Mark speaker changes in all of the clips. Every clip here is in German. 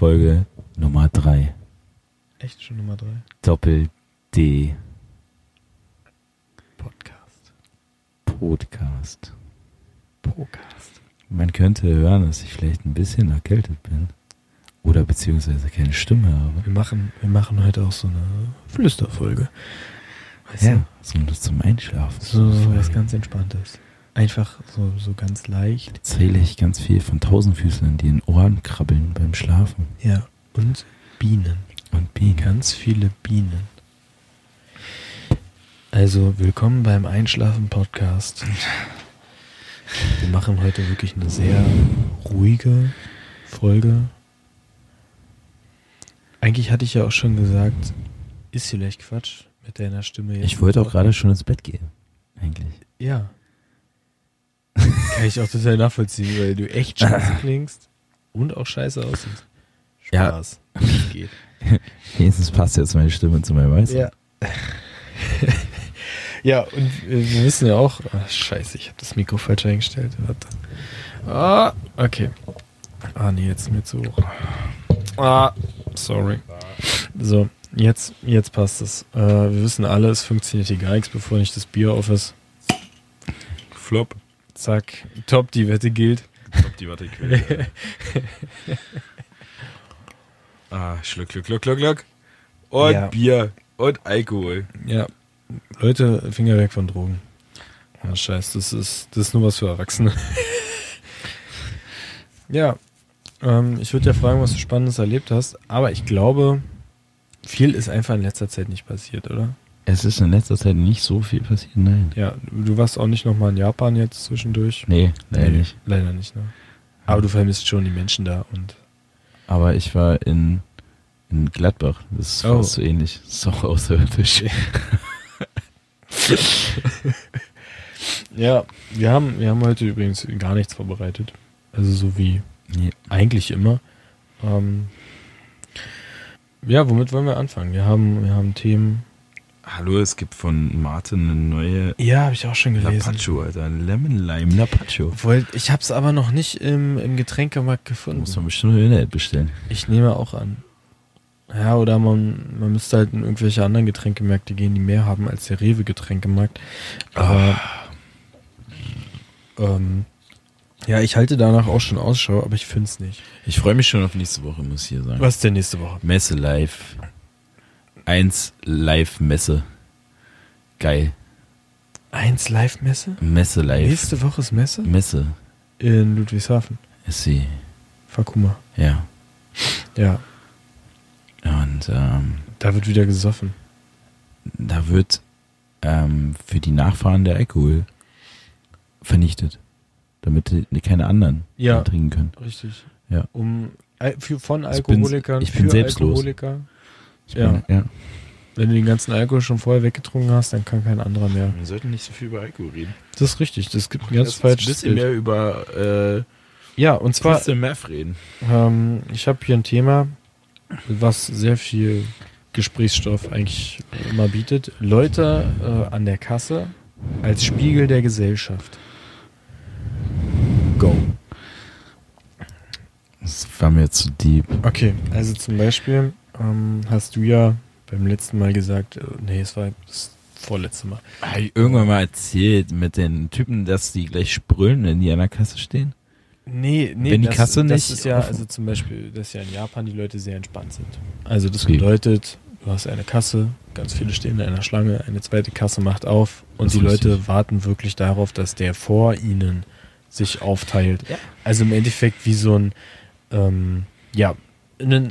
Speaker 1: Folge Nummer 3.
Speaker 2: Echt schon Nummer 3.
Speaker 1: Doppel D
Speaker 2: Podcast.
Speaker 1: Podcast.
Speaker 2: Podcast.
Speaker 1: Man könnte hören, dass ich vielleicht ein bisschen erkältet bin. Oder beziehungsweise keine Stimme habe.
Speaker 2: Wir machen, wir machen heute auch so eine Flüsterfolge. Weißt du?
Speaker 1: So nur zum Einschlafen.
Speaker 2: So, so was ganz Entspanntes. Einfach so, so ganz leicht.
Speaker 1: Zähle ich ganz viel von Tausendfüßlern, die in Ohren krabbeln beim Schlafen.
Speaker 2: Ja. Und Bienen.
Speaker 1: Und Bienen.
Speaker 2: Ganz viele Bienen. Also, willkommen beim Einschlafen-Podcast. Wir machen heute wirklich eine sehr ruhige Folge. Eigentlich hatte ich ja auch schon gesagt, ist vielleicht Quatsch mit deiner Stimme jetzt.
Speaker 1: Ich wollte auch gerade schon ins Bett gehen. Eigentlich.
Speaker 2: Ja. Kann ich auch total nachvollziehen, weil du echt scheiße klingst und auch scheiße aussiehst.
Speaker 1: Ja.
Speaker 2: Spaß. Wie Geht.
Speaker 1: Wenigstens passt jetzt meine Stimme zu meinem Weißen.
Speaker 2: Ja. ja, und äh, wir wissen ja auch. Ah, scheiße, ich habe das Mikro falsch eingestellt. Warte. Ah, okay. Ah, nee, jetzt ist mir zu hoch. Ah, sorry. So, jetzt, jetzt passt es. Äh, wir wissen alle, es funktioniert hier gar nichts, bevor nicht das Bier auf ist. Flop. Zack. Top, die Wette gilt.
Speaker 3: Ob die Warte quält. ja. ah, Schluck, Schluck, Schluck, Schluck, Schluck. Und
Speaker 2: Ja.
Speaker 3: Bier und Alkohol.
Speaker 2: Ja. Leute, Finger weg von Drogen. Ja, scheiß, das ist, das ist nur was für Erwachsene. ja. Ähm, ich würde ja fragen, was du Spannendes erlebt hast, aber ich glaube, viel ist einfach in letzter Zeit nicht passiert, oder?
Speaker 1: Es ist in letzter Zeit nicht so viel passiert, nein.
Speaker 2: Ja, du du warst auch nicht nochmal in Japan jetzt zwischendurch.
Speaker 1: Nee, leider
Speaker 2: Nee,
Speaker 1: nicht.
Speaker 2: Leider nicht, ne? Aber du vermisst schon die Menschen da und.
Speaker 1: Aber ich war in, in Gladbach. Das ist
Speaker 2: Oh.
Speaker 1: fast so ähnlich. Das ist auch außerirdisch.
Speaker 2: Ja, wir haben, wir haben heute übrigens gar nichts vorbereitet. Also so wie
Speaker 1: Nee.
Speaker 2: Eigentlich immer. Ähm, ja, womit wollen wir anfangen? Wir haben, wir haben Themen.
Speaker 3: Hallo, es gibt von Martin eine neue
Speaker 2: Ja, habe ich auch schon
Speaker 3: Lapacho, Alter. Lemon Lime Lapacho.
Speaker 2: Wollt, ich habe es aber noch nicht im, im Getränkemarkt gefunden.
Speaker 1: Muss man bestimmt im Internet bestellen.
Speaker 2: Ich nehme auch an. Ja, oder man, man müsste halt in irgendwelche anderen Getränkemärkte gehen, die mehr haben als der Rewe-Getränkemarkt. Aber. Ähm, ja, ich halte danach auch schon Ausschau, aber ich finde es nicht.
Speaker 1: Ich freue mich schon auf nächste Woche, muss ich hier sagen.
Speaker 2: Was ist denn nächste Woche?
Speaker 1: Messe live. Eins live Messe. Geil.
Speaker 2: Eins Live-Messe?
Speaker 1: Messe live.
Speaker 2: Nächste Woche ist Messe?
Speaker 1: Messe
Speaker 2: In Ludwigshafen.
Speaker 1: ist sie.
Speaker 2: Fakuma.
Speaker 1: Ja.
Speaker 2: Ja,
Speaker 1: Und ähm,
Speaker 2: da wird wieder gesoffen.
Speaker 1: da wird ähm, für die Nachfahren der Alkohol vernichtet. Damit die- keine anderen
Speaker 2: Ja.
Speaker 1: den trinken können.
Speaker 2: Richtig.
Speaker 1: Ja.
Speaker 2: Um, Al- für, von
Speaker 1: Ich bin-
Speaker 2: Alkoholikern
Speaker 1: ich bin
Speaker 2: für
Speaker 1: selbstlos.
Speaker 2: Alkoholiker.
Speaker 1: Ich
Speaker 2: Ja.
Speaker 1: bin- ja.
Speaker 2: Wenn du den ganzen Alkohol schon vorher weggetrunken hast, dann kann kein anderer mehr.
Speaker 3: Wir sollten nicht so viel über Alkohol reden.
Speaker 2: Das ist richtig. Das gibt ein ganz
Speaker 3: Lass uns ein
Speaker 2: falsches
Speaker 3: bisschen
Speaker 2: Bild.
Speaker 3: mehr über äh,
Speaker 2: Ja, und
Speaker 1: Ah.
Speaker 2: zwar,
Speaker 3: Christian Meff reden.
Speaker 2: ähm, ich habe hier ein Thema, was sehr viel Gesprächsstoff eigentlich immer bietet. Leute äh, an der Kasse als Spiegel der Gesellschaft. Go.
Speaker 1: Das war mir zu deep.
Speaker 2: Okay, also zum Beispiel ähm, hast du ja beim letzten Mal gesagt, äh, nee, es war das vorletzte Mal.
Speaker 1: Hab ich irgendwann mal erzählt mit den Typen, dass die gleich sprüllen, wenn die an der Kasse stehen?
Speaker 2: Nee, nee,
Speaker 1: Wenn die
Speaker 2: das,
Speaker 1: Kasse
Speaker 2: das
Speaker 1: nicht
Speaker 2: ist ja,
Speaker 1: offen-
Speaker 2: also zum Beispiel, dass ja in Japan die Leute sehr entspannt sind. Also das
Speaker 1: Okay.
Speaker 2: bedeutet, du hast eine Kasse, ganz viele stehen in einer Schlange, eine zweite Kasse macht auf und
Speaker 1: Das
Speaker 2: die
Speaker 1: ist
Speaker 2: Leute
Speaker 1: richtig.
Speaker 2: warten wirklich darauf, dass der vor ihnen sich aufteilt.
Speaker 1: Ja.
Speaker 2: Also im Endeffekt wie so ein, ähm, ja, ein äh,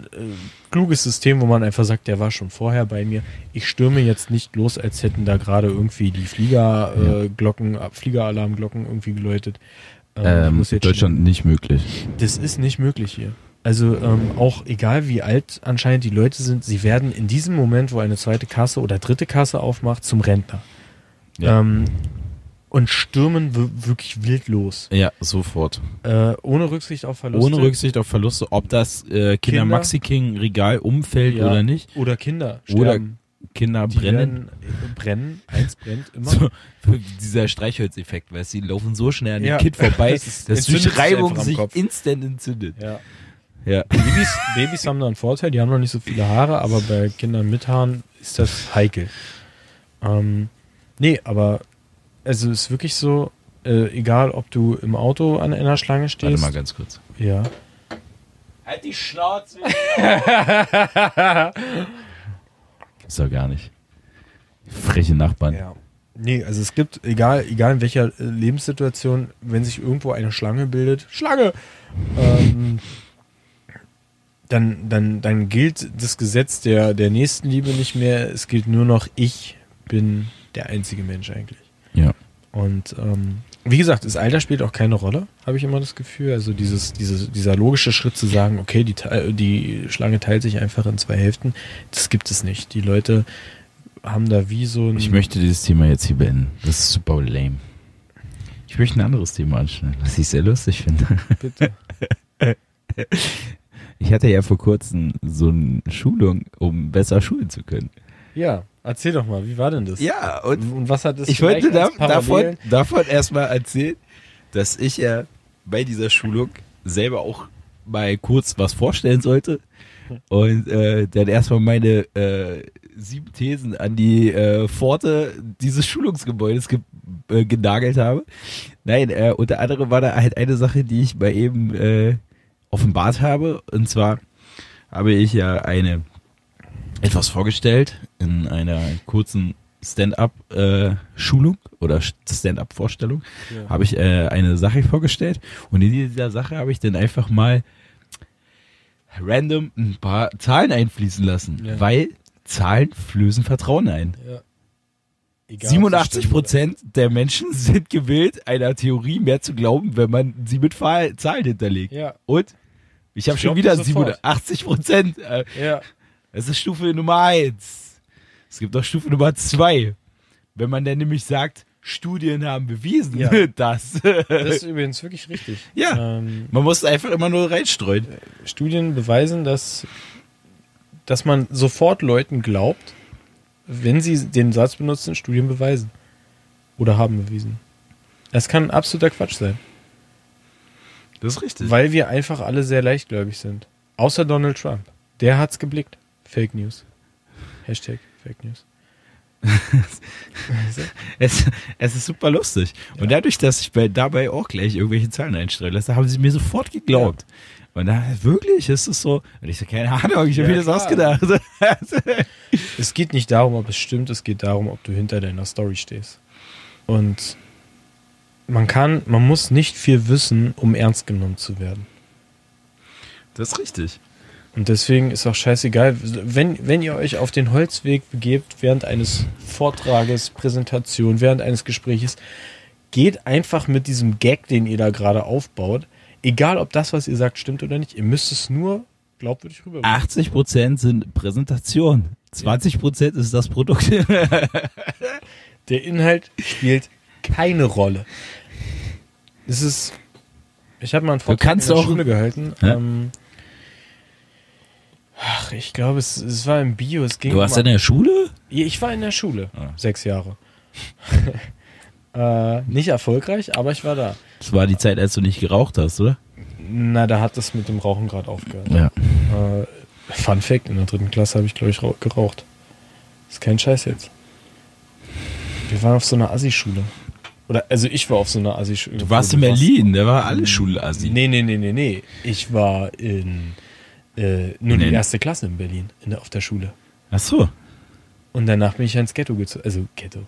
Speaker 2: kluges System, wo man einfach sagt, der war schon vorher bei mir. Ich stürme jetzt nicht los, als hätten da gerade irgendwie die Fliegerglocken, äh, Glocken, äh, Fliegeralarmglocken irgendwie geläutet. Ähm, ich
Speaker 1: Ähm,
Speaker 2: muss
Speaker 1: in
Speaker 2: jetzt schnell-
Speaker 1: Deutschland nicht möglich.
Speaker 2: das ist nicht möglich hier. Also ähm, auch egal wie alt anscheinend die Leute sind, sie werden in diesem Moment, wo eine zweite Kasse oder dritte Kasse aufmacht, zum Rentner.
Speaker 1: Ja.
Speaker 2: Ähm, und stürmen wir- wirklich wild los.
Speaker 1: Ja, sofort.
Speaker 2: Äh, ohne Rücksicht auf Verluste.
Speaker 1: Ohne Rücksicht auf Verluste, ob das äh, Kinder,
Speaker 2: Kinder-
Speaker 1: Maxi King Regal umfällt
Speaker 2: Ja.
Speaker 1: oder nicht.
Speaker 2: Oder Kinder.
Speaker 1: Oder
Speaker 2: Sterben.
Speaker 1: Kinder
Speaker 2: Die
Speaker 1: brennen.
Speaker 2: werden, äh, brennen. Eins brennt immer.
Speaker 1: So, dieser Streichholzeffekt, weißt du, die laufen so schnell an dem
Speaker 2: Ja.
Speaker 1: Kind vorbei,
Speaker 2: Das
Speaker 1: dass
Speaker 2: entzündet
Speaker 1: durch
Speaker 2: sich
Speaker 1: Reibung
Speaker 2: einfach am
Speaker 1: sich
Speaker 2: Kopf.
Speaker 1: instant entzündet.
Speaker 2: Ja.
Speaker 1: Ja.
Speaker 2: Babys, Babys haben da einen Vorteil, die haben noch nicht so viele Haare, aber bei Kindern mit Haaren ist das heikel. Ähm, nee, aber also ist wirklich so, äh, egal ob du im Auto an einer Schlange
Speaker 1: Warte
Speaker 2: stehst.
Speaker 1: mal ganz kurz.
Speaker 2: ja.
Speaker 1: Halt die Schnauze! Gibt's doch gar nicht. Freche Nachbarn.
Speaker 2: Ja. Nee, also es gibt, egal, egal in welcher äh, Lebenssituation, wenn sich irgendwo eine Schlange bildet, Schlange, ähm, dann, dann, dann gilt das Gesetz der, der Nächstenliebe nicht mehr. Es gilt nur noch, ich bin der einzige Mensch eigentlich.
Speaker 1: Ja.
Speaker 2: Und ähm, wie gesagt, das Alter spielt auch keine Rolle, habe ich immer das Gefühl. Also dieses, dieses, dieser logische Schritt zu sagen, okay, die, Te- äh, die Schlange teilt sich einfach in zwei Hälften, das gibt es nicht. Die Leute haben da wie so ein...
Speaker 1: Ich möchte dieses Thema jetzt hier beenden. Das ist super lame. Ich möchte ein anderes Thema anschneiden, was ich sehr lustig finde.
Speaker 2: Bitte.
Speaker 1: Ich hatte ja vor kurzem so eine Schulung, um besser schulen zu können.
Speaker 2: Ja, erzähl doch mal, wie war denn das?
Speaker 1: Ja, und
Speaker 2: Und was hat das
Speaker 1: ich
Speaker 2: vielleicht
Speaker 1: wollte da,
Speaker 2: als
Speaker 1: davon,
Speaker 2: Parallelen-
Speaker 1: davon erstmal erzählen, dass ich ja bei dieser Schulung selber auch mal kurz was vorstellen sollte und äh, dann erstmal meine äh, sieben Thesen an die äh, Pforte dieses Schulungsgebäudes ge äh, genagelt habe. Nein, äh, unter anderem war da halt eine Sache, die ich bei eben äh, offenbart habe und zwar habe ich ja eine etwas vorgestellt in einer kurzen Stand-up-Schulung oder Stand-up-Vorstellung.
Speaker 2: Ja.
Speaker 1: Habe ich äh, eine Sache vorgestellt und in dieser Sache habe ich dann einfach mal random ein paar Zahlen einfließen lassen,
Speaker 2: Ja.
Speaker 1: weil Zahlen flößen Vertrauen ein.
Speaker 2: Ja. Egal, ob sie
Speaker 1: 87
Speaker 2: stimmen oder-
Speaker 1: Prozent der Menschen sind gewillt, einer Theorie mehr zu glauben, wenn man sie mit Fa- Zahlen hinterlegt.
Speaker 2: Ja,
Speaker 1: Und ich habe
Speaker 2: Ich
Speaker 1: schon
Speaker 2: glaub
Speaker 1: wieder
Speaker 2: das sofort.
Speaker 1: 87 Prozent. Äh,
Speaker 2: ja.
Speaker 1: es ist Stufe Nummer eins. Es gibt auch Stufe Nummer zwei, Wenn man dann nämlich sagt, Studien haben bewiesen,
Speaker 2: Ja.
Speaker 1: dass.
Speaker 2: Das ist übrigens wirklich richtig.
Speaker 1: Ja.
Speaker 2: Ähm,
Speaker 1: Man muss einfach immer nur reinstreuen.
Speaker 2: Studien beweisen, dass, dass man sofort Leuten glaubt, wenn sie den Satz benutzen, Studien beweisen. Oder haben bewiesen. Das kann absoluter Quatsch sein.
Speaker 1: Das ist richtig.
Speaker 2: Weil wir einfach alle sehr leichtgläubig sind. Außer Donald Trump. Der hat's geblickt. Fake News. Hashtag Fake News.
Speaker 1: Es, es ist super lustig. Und dadurch, dass ich bei, dabei auch gleich irgendwelche Zahlen einstreuen lasse, haben sie mir sofort geglaubt. Und da, wirklich, ist es so. Und ich so, keine Ahnung, ich habe
Speaker 2: Ja,
Speaker 1: mir das
Speaker 2: klar.
Speaker 1: ausgedacht.
Speaker 2: Es geht nicht darum, ob es stimmt, es geht darum, ob du hinter deiner Story stehst. Und man kann, man muss nicht viel wissen, um ernst genommen zu werden.
Speaker 1: Das ist richtig.
Speaker 2: Und deswegen ist auch scheißegal, wenn, wenn ihr euch auf den Holzweg begebt während eines Vortrages, Präsentation, während eines Gespräches, geht einfach mit diesem Gag, den ihr da gerade aufbaut, egal ob das, was ihr sagt, stimmt oder nicht, ihr müsst es nur glaubwürdig rüberbringen.
Speaker 1: 80% sind Präsentation. 20% ist das Produkt. Ah.
Speaker 2: Der Inhalt spielt keine Rolle. Es ist. Ich habe mal einen Vortrag
Speaker 1: kannst
Speaker 2: in der
Speaker 1: auch-
Speaker 2: Schule gehalten.
Speaker 1: Hä?
Speaker 2: Ähm, ach, ich glaube, es, es war im Bio. Es ging
Speaker 1: Du warst
Speaker 2: um
Speaker 1: in der Schule?
Speaker 2: Ja, Ich war in der Schule,
Speaker 1: Ah.
Speaker 2: sechs Jahre. äh, nicht erfolgreich, aber ich war da.
Speaker 1: Das war die Zeit, als du nicht geraucht hast, oder?
Speaker 2: Na, da hat es mit dem Rauchen gerade aufgehört.
Speaker 1: Ja.
Speaker 2: Äh, Fun Fact, in der dritten Klasse habe ich, glaube ich, rau- geraucht. Ist kein Scheiß jetzt. Wir waren auf so einer Assi-Schule. Oder, also ich war auf so einer Assi-Schule.
Speaker 1: Du warst in Berlin, da war alle Schule assi.
Speaker 2: Nee, nee, nee, nee, nee. Ich war in, äh, nur
Speaker 1: Nee.
Speaker 2: die erste Klasse in Berlin, in der, auf der Schule.
Speaker 1: Ach so.
Speaker 2: Und danach bin ich ins Ghetto gezogen. Also Ghetto.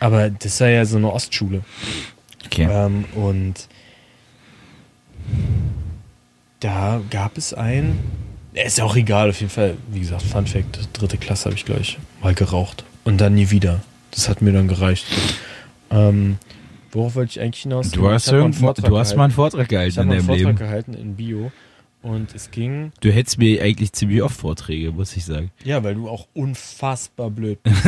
Speaker 2: Aber das war ja so eine Ostschule.
Speaker 1: Okay.
Speaker 2: Ähm, und da gab es ein. Ist ja auch egal, auf jeden Fall. Wie gesagt, Fun Fact: dritte Klasse habe ich gleich mal geraucht. Und dann nie wieder. Das hat mir dann gereicht. Ähm, worauf wollte ich eigentlich hinaus?
Speaker 1: du hast,
Speaker 2: Ich hab mal einen
Speaker 1: irgendwo,
Speaker 2: Vortrag
Speaker 1: du hast mal einen Vortrag
Speaker 2: gehalten. Ich
Speaker 1: gehalten
Speaker 2: habe
Speaker 1: in
Speaker 2: mal einen
Speaker 1: deinem
Speaker 2: Vortrag
Speaker 1: Leben.
Speaker 2: gehalten in Bio. Und es ging.
Speaker 1: Du hättest mir eigentlich ziemlich oft Vorträge, muss ich sagen.
Speaker 2: Ja, weil du auch unfassbar blöd bist.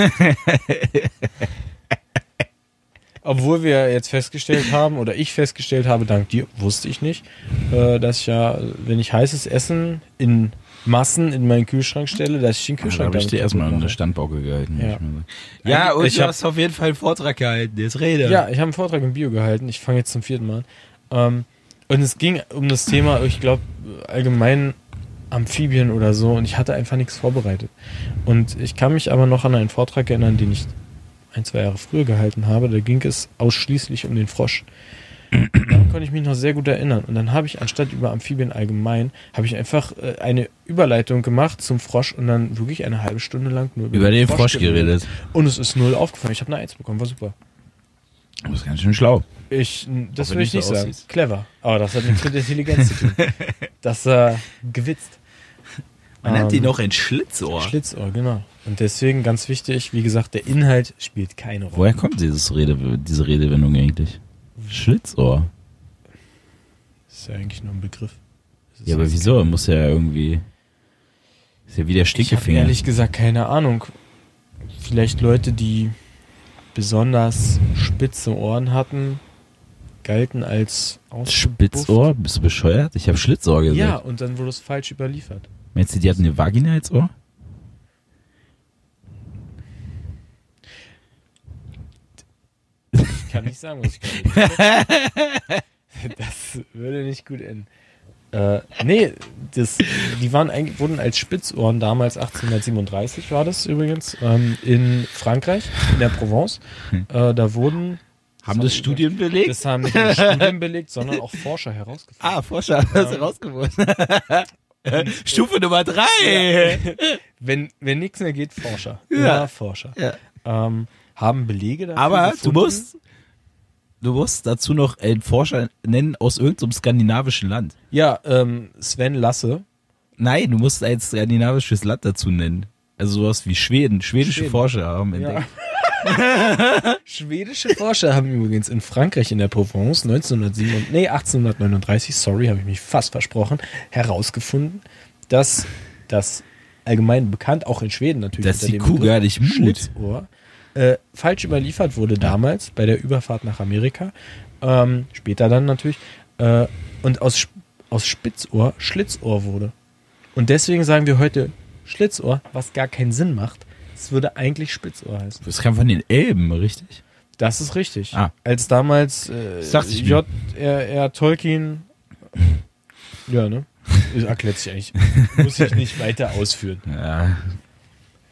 Speaker 2: Obwohl wir jetzt festgestellt haben, oder ich festgestellt habe, dank dir, wusste ich nicht, äh, dass ich ja, wenn ich heißes Essen in Massen in meinen Kühlschrank stelle, dass ich den
Speaker 1: Da
Speaker 2: Kühlschrank
Speaker 1: habe ich dir
Speaker 2: kaputt
Speaker 1: erstmal an
Speaker 2: mache.
Speaker 1: der Standbauke gehalten.
Speaker 2: Ja.
Speaker 1: muss ich mal sagen. ja, und
Speaker 2: Ich
Speaker 1: du
Speaker 2: hab-
Speaker 1: hast auf jeden Fall einen Vortrag gehalten, jetzt rede.
Speaker 2: Ja, ich habe einen Vortrag im Bio gehalten. Ich fange jetzt zum vierten Mal an. Ähm, Und es ging um das Thema, ich glaube, allgemein Amphibien oder so. Und ich hatte einfach nichts vorbereitet. Und ich kann mich aber noch an einen Vortrag erinnern, den ich ein, zwei Jahre früher gehalten habe. Da ging es ausschließlich um den Frosch. Daran konnte ich mich noch sehr gut erinnern. Und dann habe ich, anstatt über Amphibien allgemein, habe ich einfach äh, eine Überleitung gemacht zum Frosch und dann wirklich eine halbe Stunde lang nur
Speaker 1: Über den Frosch geredet.
Speaker 2: Und es ist null aufgefallen. Ich habe eine Eins bekommen, war super.
Speaker 1: Du bist ganz schön schlau.
Speaker 2: Ich, n- das
Speaker 1: Auch wenn
Speaker 2: würde ich
Speaker 1: du
Speaker 2: nicht
Speaker 1: nicht so
Speaker 2: sagen.
Speaker 1: aussiehst.
Speaker 2: Clever. Aber das hat nichts mit Intelligenz zu tun. Das äh, gewitzt.
Speaker 1: Man
Speaker 2: Ähm,
Speaker 1: nennt die noch ein Schlitzohr.
Speaker 2: Schlitzohr, genau. Und deswegen ganz wichtig, wie gesagt, der Inhalt spielt keine Rolle.
Speaker 1: Woher kommt dieses Rede, diese Redewendung eigentlich? Schlitzohr.
Speaker 2: Das ist ja eigentlich nur ein Begriff. Das ist
Speaker 1: Ja, aber
Speaker 2: jetzt-
Speaker 1: wieso? Muss ja irgendwie. Ist ja wie der
Speaker 2: Ich habe
Speaker 1: Stinkefinger.
Speaker 2: ehrlich gesagt keine Ahnung. Vielleicht Leute, die besonders spitze Ohren hatten, galten als ausgebufft.
Speaker 1: Spitzohr? Bist du bescheuert? Ich habe Schlitzohr gesagt.
Speaker 2: Ja, und dann wurde es falsch überliefert.
Speaker 1: Meinst du, die hatten eine Vagina oh? als Ohr?
Speaker 2: Ich kann nicht sagen, was ich glaube. das würde nicht gut enden. Äh, nee, das, die waren eigentlich, wurden als Spitzohren damals 1837 war das übrigens ähm, in Frankreich in der Provence.
Speaker 1: Hm.
Speaker 2: Äh, da wurden
Speaker 1: Haben das Studien belegt?
Speaker 2: das haben nicht nur Studien belegt, sondern auch Forscher herausgefunden.
Speaker 1: ah, Forscher haben das herausgefunden. Stufe Nummer drei.
Speaker 2: Wenn wenn nichts mehr geht, Forscher, ja.
Speaker 1: Ja.
Speaker 2: immer Forscher
Speaker 1: Ja.
Speaker 2: ähm, haben Belege dafür.
Speaker 1: Aber du
Speaker 2: gefunden.
Speaker 1: musst, du musst dazu noch einen Forscher nennen aus irgendeinem skandinavischen Land.
Speaker 2: ja ähm, Sven Lasse
Speaker 1: Nein, du musst ein skandinavisches Land dazu nennen. Also sowas wie Schweden. Schwedische
Speaker 2: Schweden.
Speaker 1: Forscher haben
Speaker 2: Ja.
Speaker 1: entdeckt.
Speaker 2: Schwedische Forscher haben übrigens in Frankreich in der Provence 1907 und, nee, 1839, sorry, habe ich mich fast versprochen, herausgefunden, dass das allgemein bekannt, auch in Schweden natürlich,
Speaker 1: Dass
Speaker 2: unter
Speaker 1: die
Speaker 2: dem
Speaker 1: Kuh
Speaker 2: Begriff
Speaker 1: gar nicht mut.
Speaker 2: Schlitzohr, äh, falsch überliefert wurde damals bei der Überfahrt nach Amerika, ähm, später dann natürlich, äh, und aus, Sch- aus Spitzohr Schlitzohr wurde. Und deswegen sagen wir heute Schlitzohr, was gar keinen Sinn macht. Es würde eigentlich Spitzohr heißen.
Speaker 1: Das kam von den Elben, richtig?
Speaker 2: Das ist richtig.
Speaker 1: Ah.
Speaker 2: Als damals äh,
Speaker 1: Das dachte ich mir.
Speaker 2: J.R.R. Tolkien. Ja, ne? Ist- Erklärt sich eigentlich. Muss ich nicht weiter ausführen.
Speaker 1: Ja.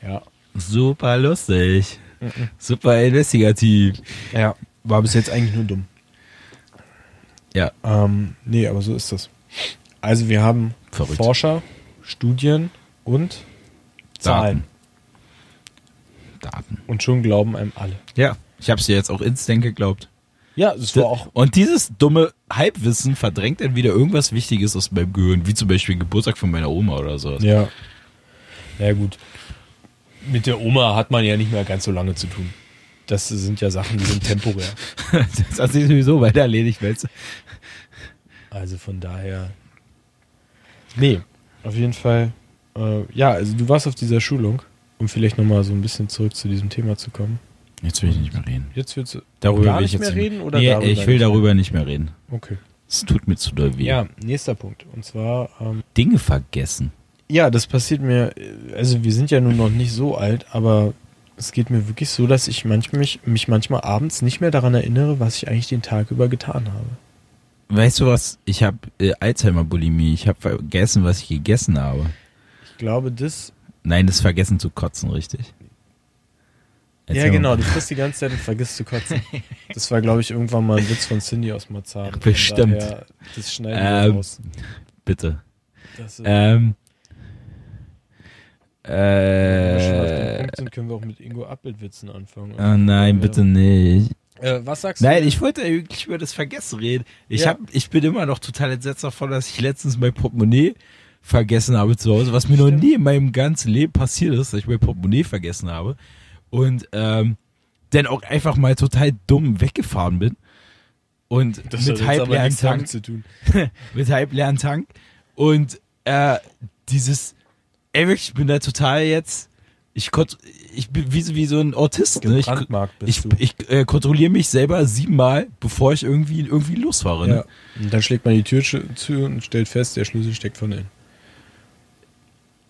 Speaker 2: Ja.
Speaker 1: Super lustig. Super investigativ.
Speaker 2: ja. War bis jetzt eigentlich nur dumm.
Speaker 1: Ja.
Speaker 2: Ähm, nee, aber so ist das. Also, wir haben
Speaker 1: Verrückt.
Speaker 2: Forscher, Studien und Zahlen.
Speaker 1: Daten.
Speaker 2: Und schon glauben einem alle.
Speaker 1: Ja. Ich hab's dir jetzt auch instant geglaubt.
Speaker 2: Ja, es war auch.
Speaker 1: Und dieses dumme Halbwissen verdrängt dann wieder irgendwas Wichtiges aus meinem Gehirn, wie zum Beispiel Geburtstag von meiner Oma oder so.
Speaker 2: Ja. Ja, gut. Mit der Oma hat man ja nicht mehr ganz so lange zu tun. Das sind ja Sachen, die sind temporär.
Speaker 1: Das hat sich sowieso weiter erledigt, weil
Speaker 2: Also von daher. Nee, auf jeden Fall. Äh, ja, also du warst auf dieser Schulung, um vielleicht nochmal so ein bisschen zurück zu diesem Thema zu kommen.
Speaker 1: Jetzt will ich nicht mehr reden.
Speaker 2: Jetzt willst du.
Speaker 1: Darüber
Speaker 2: Gar
Speaker 1: will
Speaker 2: nicht
Speaker 1: ich jetzt
Speaker 2: mehr reden oder
Speaker 1: nee,
Speaker 2: darüber
Speaker 1: ich will
Speaker 2: nicht?
Speaker 1: darüber nicht mehr reden.
Speaker 2: Okay.
Speaker 1: Es tut mir zu doll weh.
Speaker 2: Ja, nächster Punkt. Und zwar, ähm,
Speaker 1: Dinge vergessen.
Speaker 2: ja, das passiert mir, äh, also wir sind ja nun noch nicht so alt, aber es geht mir wirklich so, dass ich manchmal mich, mich manchmal abends nicht mehr daran erinnere, was ich eigentlich den Tag über getan habe.
Speaker 1: Weißt du was? Ich habe äh, Alzheimer-Bulimie. Ich habe vergessen, was ich gegessen habe.
Speaker 2: Ich glaube, das.
Speaker 1: Nein, das Vergessen zu kotzen, richtig?
Speaker 2: ja,
Speaker 1: Erzähl
Speaker 2: genau,
Speaker 1: mal.
Speaker 2: du frisst die ganze Zeit und vergisst zu kotzen. Das war, glaube ich, irgendwann mal ein Witz von Cindy aus Marzahn. Von
Speaker 1: Bestimmt.
Speaker 2: daher, Das schneiden wir
Speaker 1: Ähm,
Speaker 2: raus.
Speaker 1: Bitte.
Speaker 2: Das ist,
Speaker 1: Ähm.
Speaker 2: wenn wir schon auf dem
Speaker 1: Äh,
Speaker 2: Punkt sind, können wir auch mit Ingo Appelt-Witzen anfangen.
Speaker 1: oh nein,
Speaker 2: Ja.
Speaker 1: bitte nicht.
Speaker 2: Äh, was sagst
Speaker 1: Nein, ich wollte eigentlich über das Vergessen reden. Ich,
Speaker 2: Ja.
Speaker 1: hab, ich bin immer noch total entsetzt davon, dass ich letztens mein Portemonnaie vergessen habe zu Hause, was mir noch
Speaker 2: Stimmt.
Speaker 1: nie in meinem ganzen Leben passiert ist, dass ich mein Portemonnaie vergessen habe. Und ähm, dann auch einfach mal total dumm weggefahren bin. Und
Speaker 2: du? Das hat
Speaker 1: mit
Speaker 2: jetzt
Speaker 1: halb
Speaker 2: aber
Speaker 1: leeren
Speaker 2: nichts
Speaker 1: Tank
Speaker 2: damit zu tun.
Speaker 1: mit halb leeren Tank. Und äh, dieses, ey, wirklich, ich bin da total jetzt, ich konnte, ich bin wie, so- wie so ein Autist, ne? Ich,
Speaker 2: Gebrandmarkt bist
Speaker 1: ich,
Speaker 2: du.
Speaker 1: ich äh, kontrolliere mich selber siebenmal, bevor ich irgendwie, irgendwie losfahre.
Speaker 2: Ja.
Speaker 1: Ne?
Speaker 2: Und dann schlägt man die Tür zu- zu und stellt fest, der Schlüssel steckt von innen.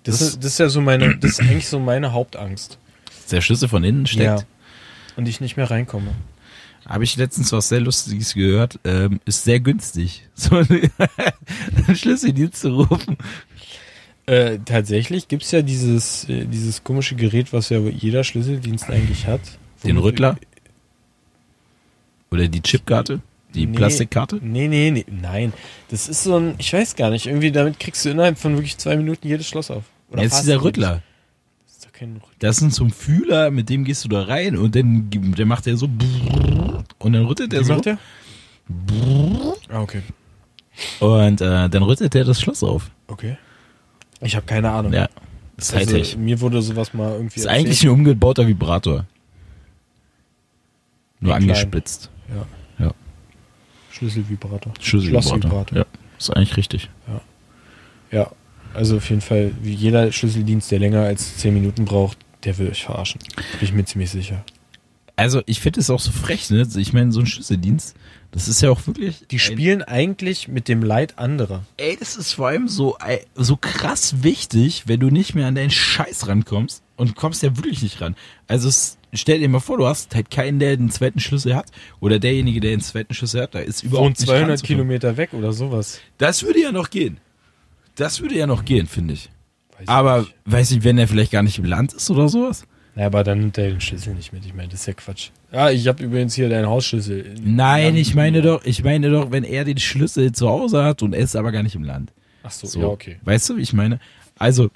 Speaker 2: Das,
Speaker 1: Das-
Speaker 2: ist, das ist ja so meine, das ist eigentlich so meine Hauptangst.
Speaker 1: Dass Der Schlüssel von innen steckt.
Speaker 2: Und ich nicht mehr reinkomme.
Speaker 1: Habe ich letztens was sehr Lustiges gehört. Ähm, ist sehr günstig, so einen Schlüsseldienst zu rufen.
Speaker 2: Äh, tatsächlich gibt es ja dieses, äh, dieses komische Gerät, was ja jeder Schlüsseldienst eigentlich hat.
Speaker 1: Den
Speaker 2: Womit-
Speaker 1: Rüttler? Oder die Chipkarte? Die
Speaker 2: Nee,
Speaker 1: Plastikkarte?
Speaker 2: Nee, nee, nee, nein. Das ist so ein, ich weiß gar nicht, irgendwie damit kriegst du innerhalb von wirklich zwei Minuten jedes Schloss auf. Oder
Speaker 1: Jetzt
Speaker 2: fast
Speaker 1: dieser
Speaker 2: jedes.
Speaker 1: Rüttler.
Speaker 2: Das ist doch kein Rüttler.
Speaker 1: Das ist so ein Fühler, mit dem gehst du da rein und dann ge- der macht der so und dann rüttelt er
Speaker 2: Wie
Speaker 1: so
Speaker 2: macht der? Ah, okay.
Speaker 1: und äh, dann rüttelt er das Schloss auf.
Speaker 2: Okay. Ich habe keine Ahnung.
Speaker 1: Ja, das ist Hightech.
Speaker 2: Also, mir wurde sowas mal irgendwie
Speaker 1: ist
Speaker 2: erzählt.
Speaker 1: eigentlich ein umgebauter Vibrator. Nur
Speaker 2: In klein.
Speaker 1: angespitzt.
Speaker 2: Ja.
Speaker 1: Ja.
Speaker 2: Schlüsselvibrator.
Speaker 1: Schlüsselvibrator.
Speaker 2: Schlossvibrator.
Speaker 1: Ja, ist eigentlich richtig.
Speaker 2: Ja. also auf jeden Fall, wie jeder Schlüsseldienst, der länger als 10 Minuten braucht, der will euch verarschen. Bin ich mir ziemlich sicher.
Speaker 1: Also ich finde es auch so frech, ne? Ich meine, so ein Schlüsseldienst, das ist ja auch wirklich.
Speaker 2: Die
Speaker 1: ein-
Speaker 2: spielen eigentlich mit dem Leid anderer.
Speaker 1: Ey, das ist vor allem so, ey, so krass wichtig, wenn du nicht mehr an deinen Scheiß rankommst und kommst ja wirklich nicht ran. Also es, stell dir mal vor, du hast halt keinen, der den zweiten Schlüssel hat oder derjenige, der den zweiten Schlüssel hat, da ist überhaupt
Speaker 2: Wohnt
Speaker 1: nicht
Speaker 2: 200
Speaker 1: ranzukommen.
Speaker 2: Kilometer weg oder sowas.
Speaker 1: Das würde ja noch gehen. Das würde ja noch gehen, finde ich.
Speaker 2: Weiß ich
Speaker 1: Aber
Speaker 2: nicht.
Speaker 1: weiß ich, wenn der vielleicht gar nicht im Land ist oder sowas?
Speaker 2: Na, aber dann nimmt er den Schlüssel nicht mit. Ich meine, das ist ja Quatsch. Ja, ich habe übrigens hier deinen Hausschlüssel.
Speaker 1: Nein, ich meine doch, ich meine doch, wenn er den Schlüssel zu Hause hat und er ist aber gar nicht im Land.
Speaker 2: Ach so,
Speaker 1: So.
Speaker 2: ja, okay.
Speaker 1: Weißt du, wie ich meine? Also,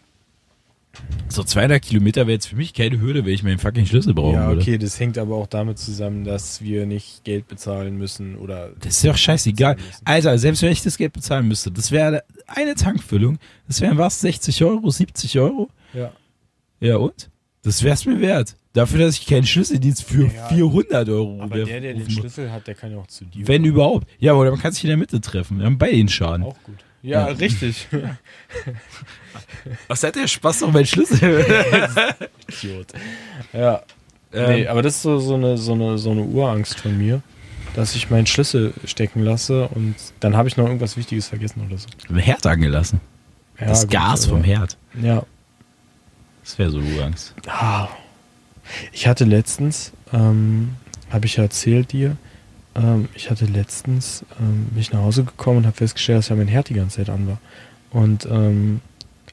Speaker 1: so 200 Kilometer wäre jetzt für mich keine Hürde, wenn ich meinen fucking Schlüssel brauchen
Speaker 2: Ja,
Speaker 1: würde.
Speaker 2: okay, das hängt aber auch damit zusammen, dass wir nicht Geld bezahlen müssen oder
Speaker 1: Das ist ja auch scheißegal.
Speaker 2: Bezahlen müssen.
Speaker 1: Alter, selbst wenn ich das Geld bezahlen müsste, das wäre eine Tankfüllung. Das wären was, 60 Euro, 70 Euro?
Speaker 2: ja.
Speaker 1: Ja und? Das wär's mir wert. Dafür, dass ich keinen Schlüsseldienst für
Speaker 2: Ja,
Speaker 1: 400 Euro
Speaker 2: Aber der, der den
Speaker 1: rufen muss.
Speaker 2: Schlüssel hat, der kann ja auch zu dir.
Speaker 1: Wenn überhaupt. Ja, oder man kann sich in der Mitte treffen. Wir haben beide den Schaden.
Speaker 2: auch gut. Ja,
Speaker 1: Ja.
Speaker 2: richtig.
Speaker 1: Was hat der Spaß noch meinen Schlüssel?
Speaker 2: Idiot. Ja.
Speaker 1: Ähm.
Speaker 2: nee, aber das ist so, so, eine, so, eine, so eine Urangst von mir, dass ich meinen Schlüssel stecken lasse und dann habe ich noch irgendwas Wichtiges vergessen oder so.
Speaker 1: Herd angelassen.
Speaker 2: Ja,
Speaker 1: das
Speaker 2: gut, also.
Speaker 1: Gas
Speaker 2: aber-
Speaker 1: vom Herd.
Speaker 2: Ja.
Speaker 1: Das wäre so Urangst.
Speaker 2: Ah. Ich hatte letztens, ähm, habe ich ja erzählt dir, ähm, ich hatte letztens, ähm, bin ich nach Hause gekommen und habe festgestellt, dass ja mein Herd die ganze Zeit an war. Und ähm,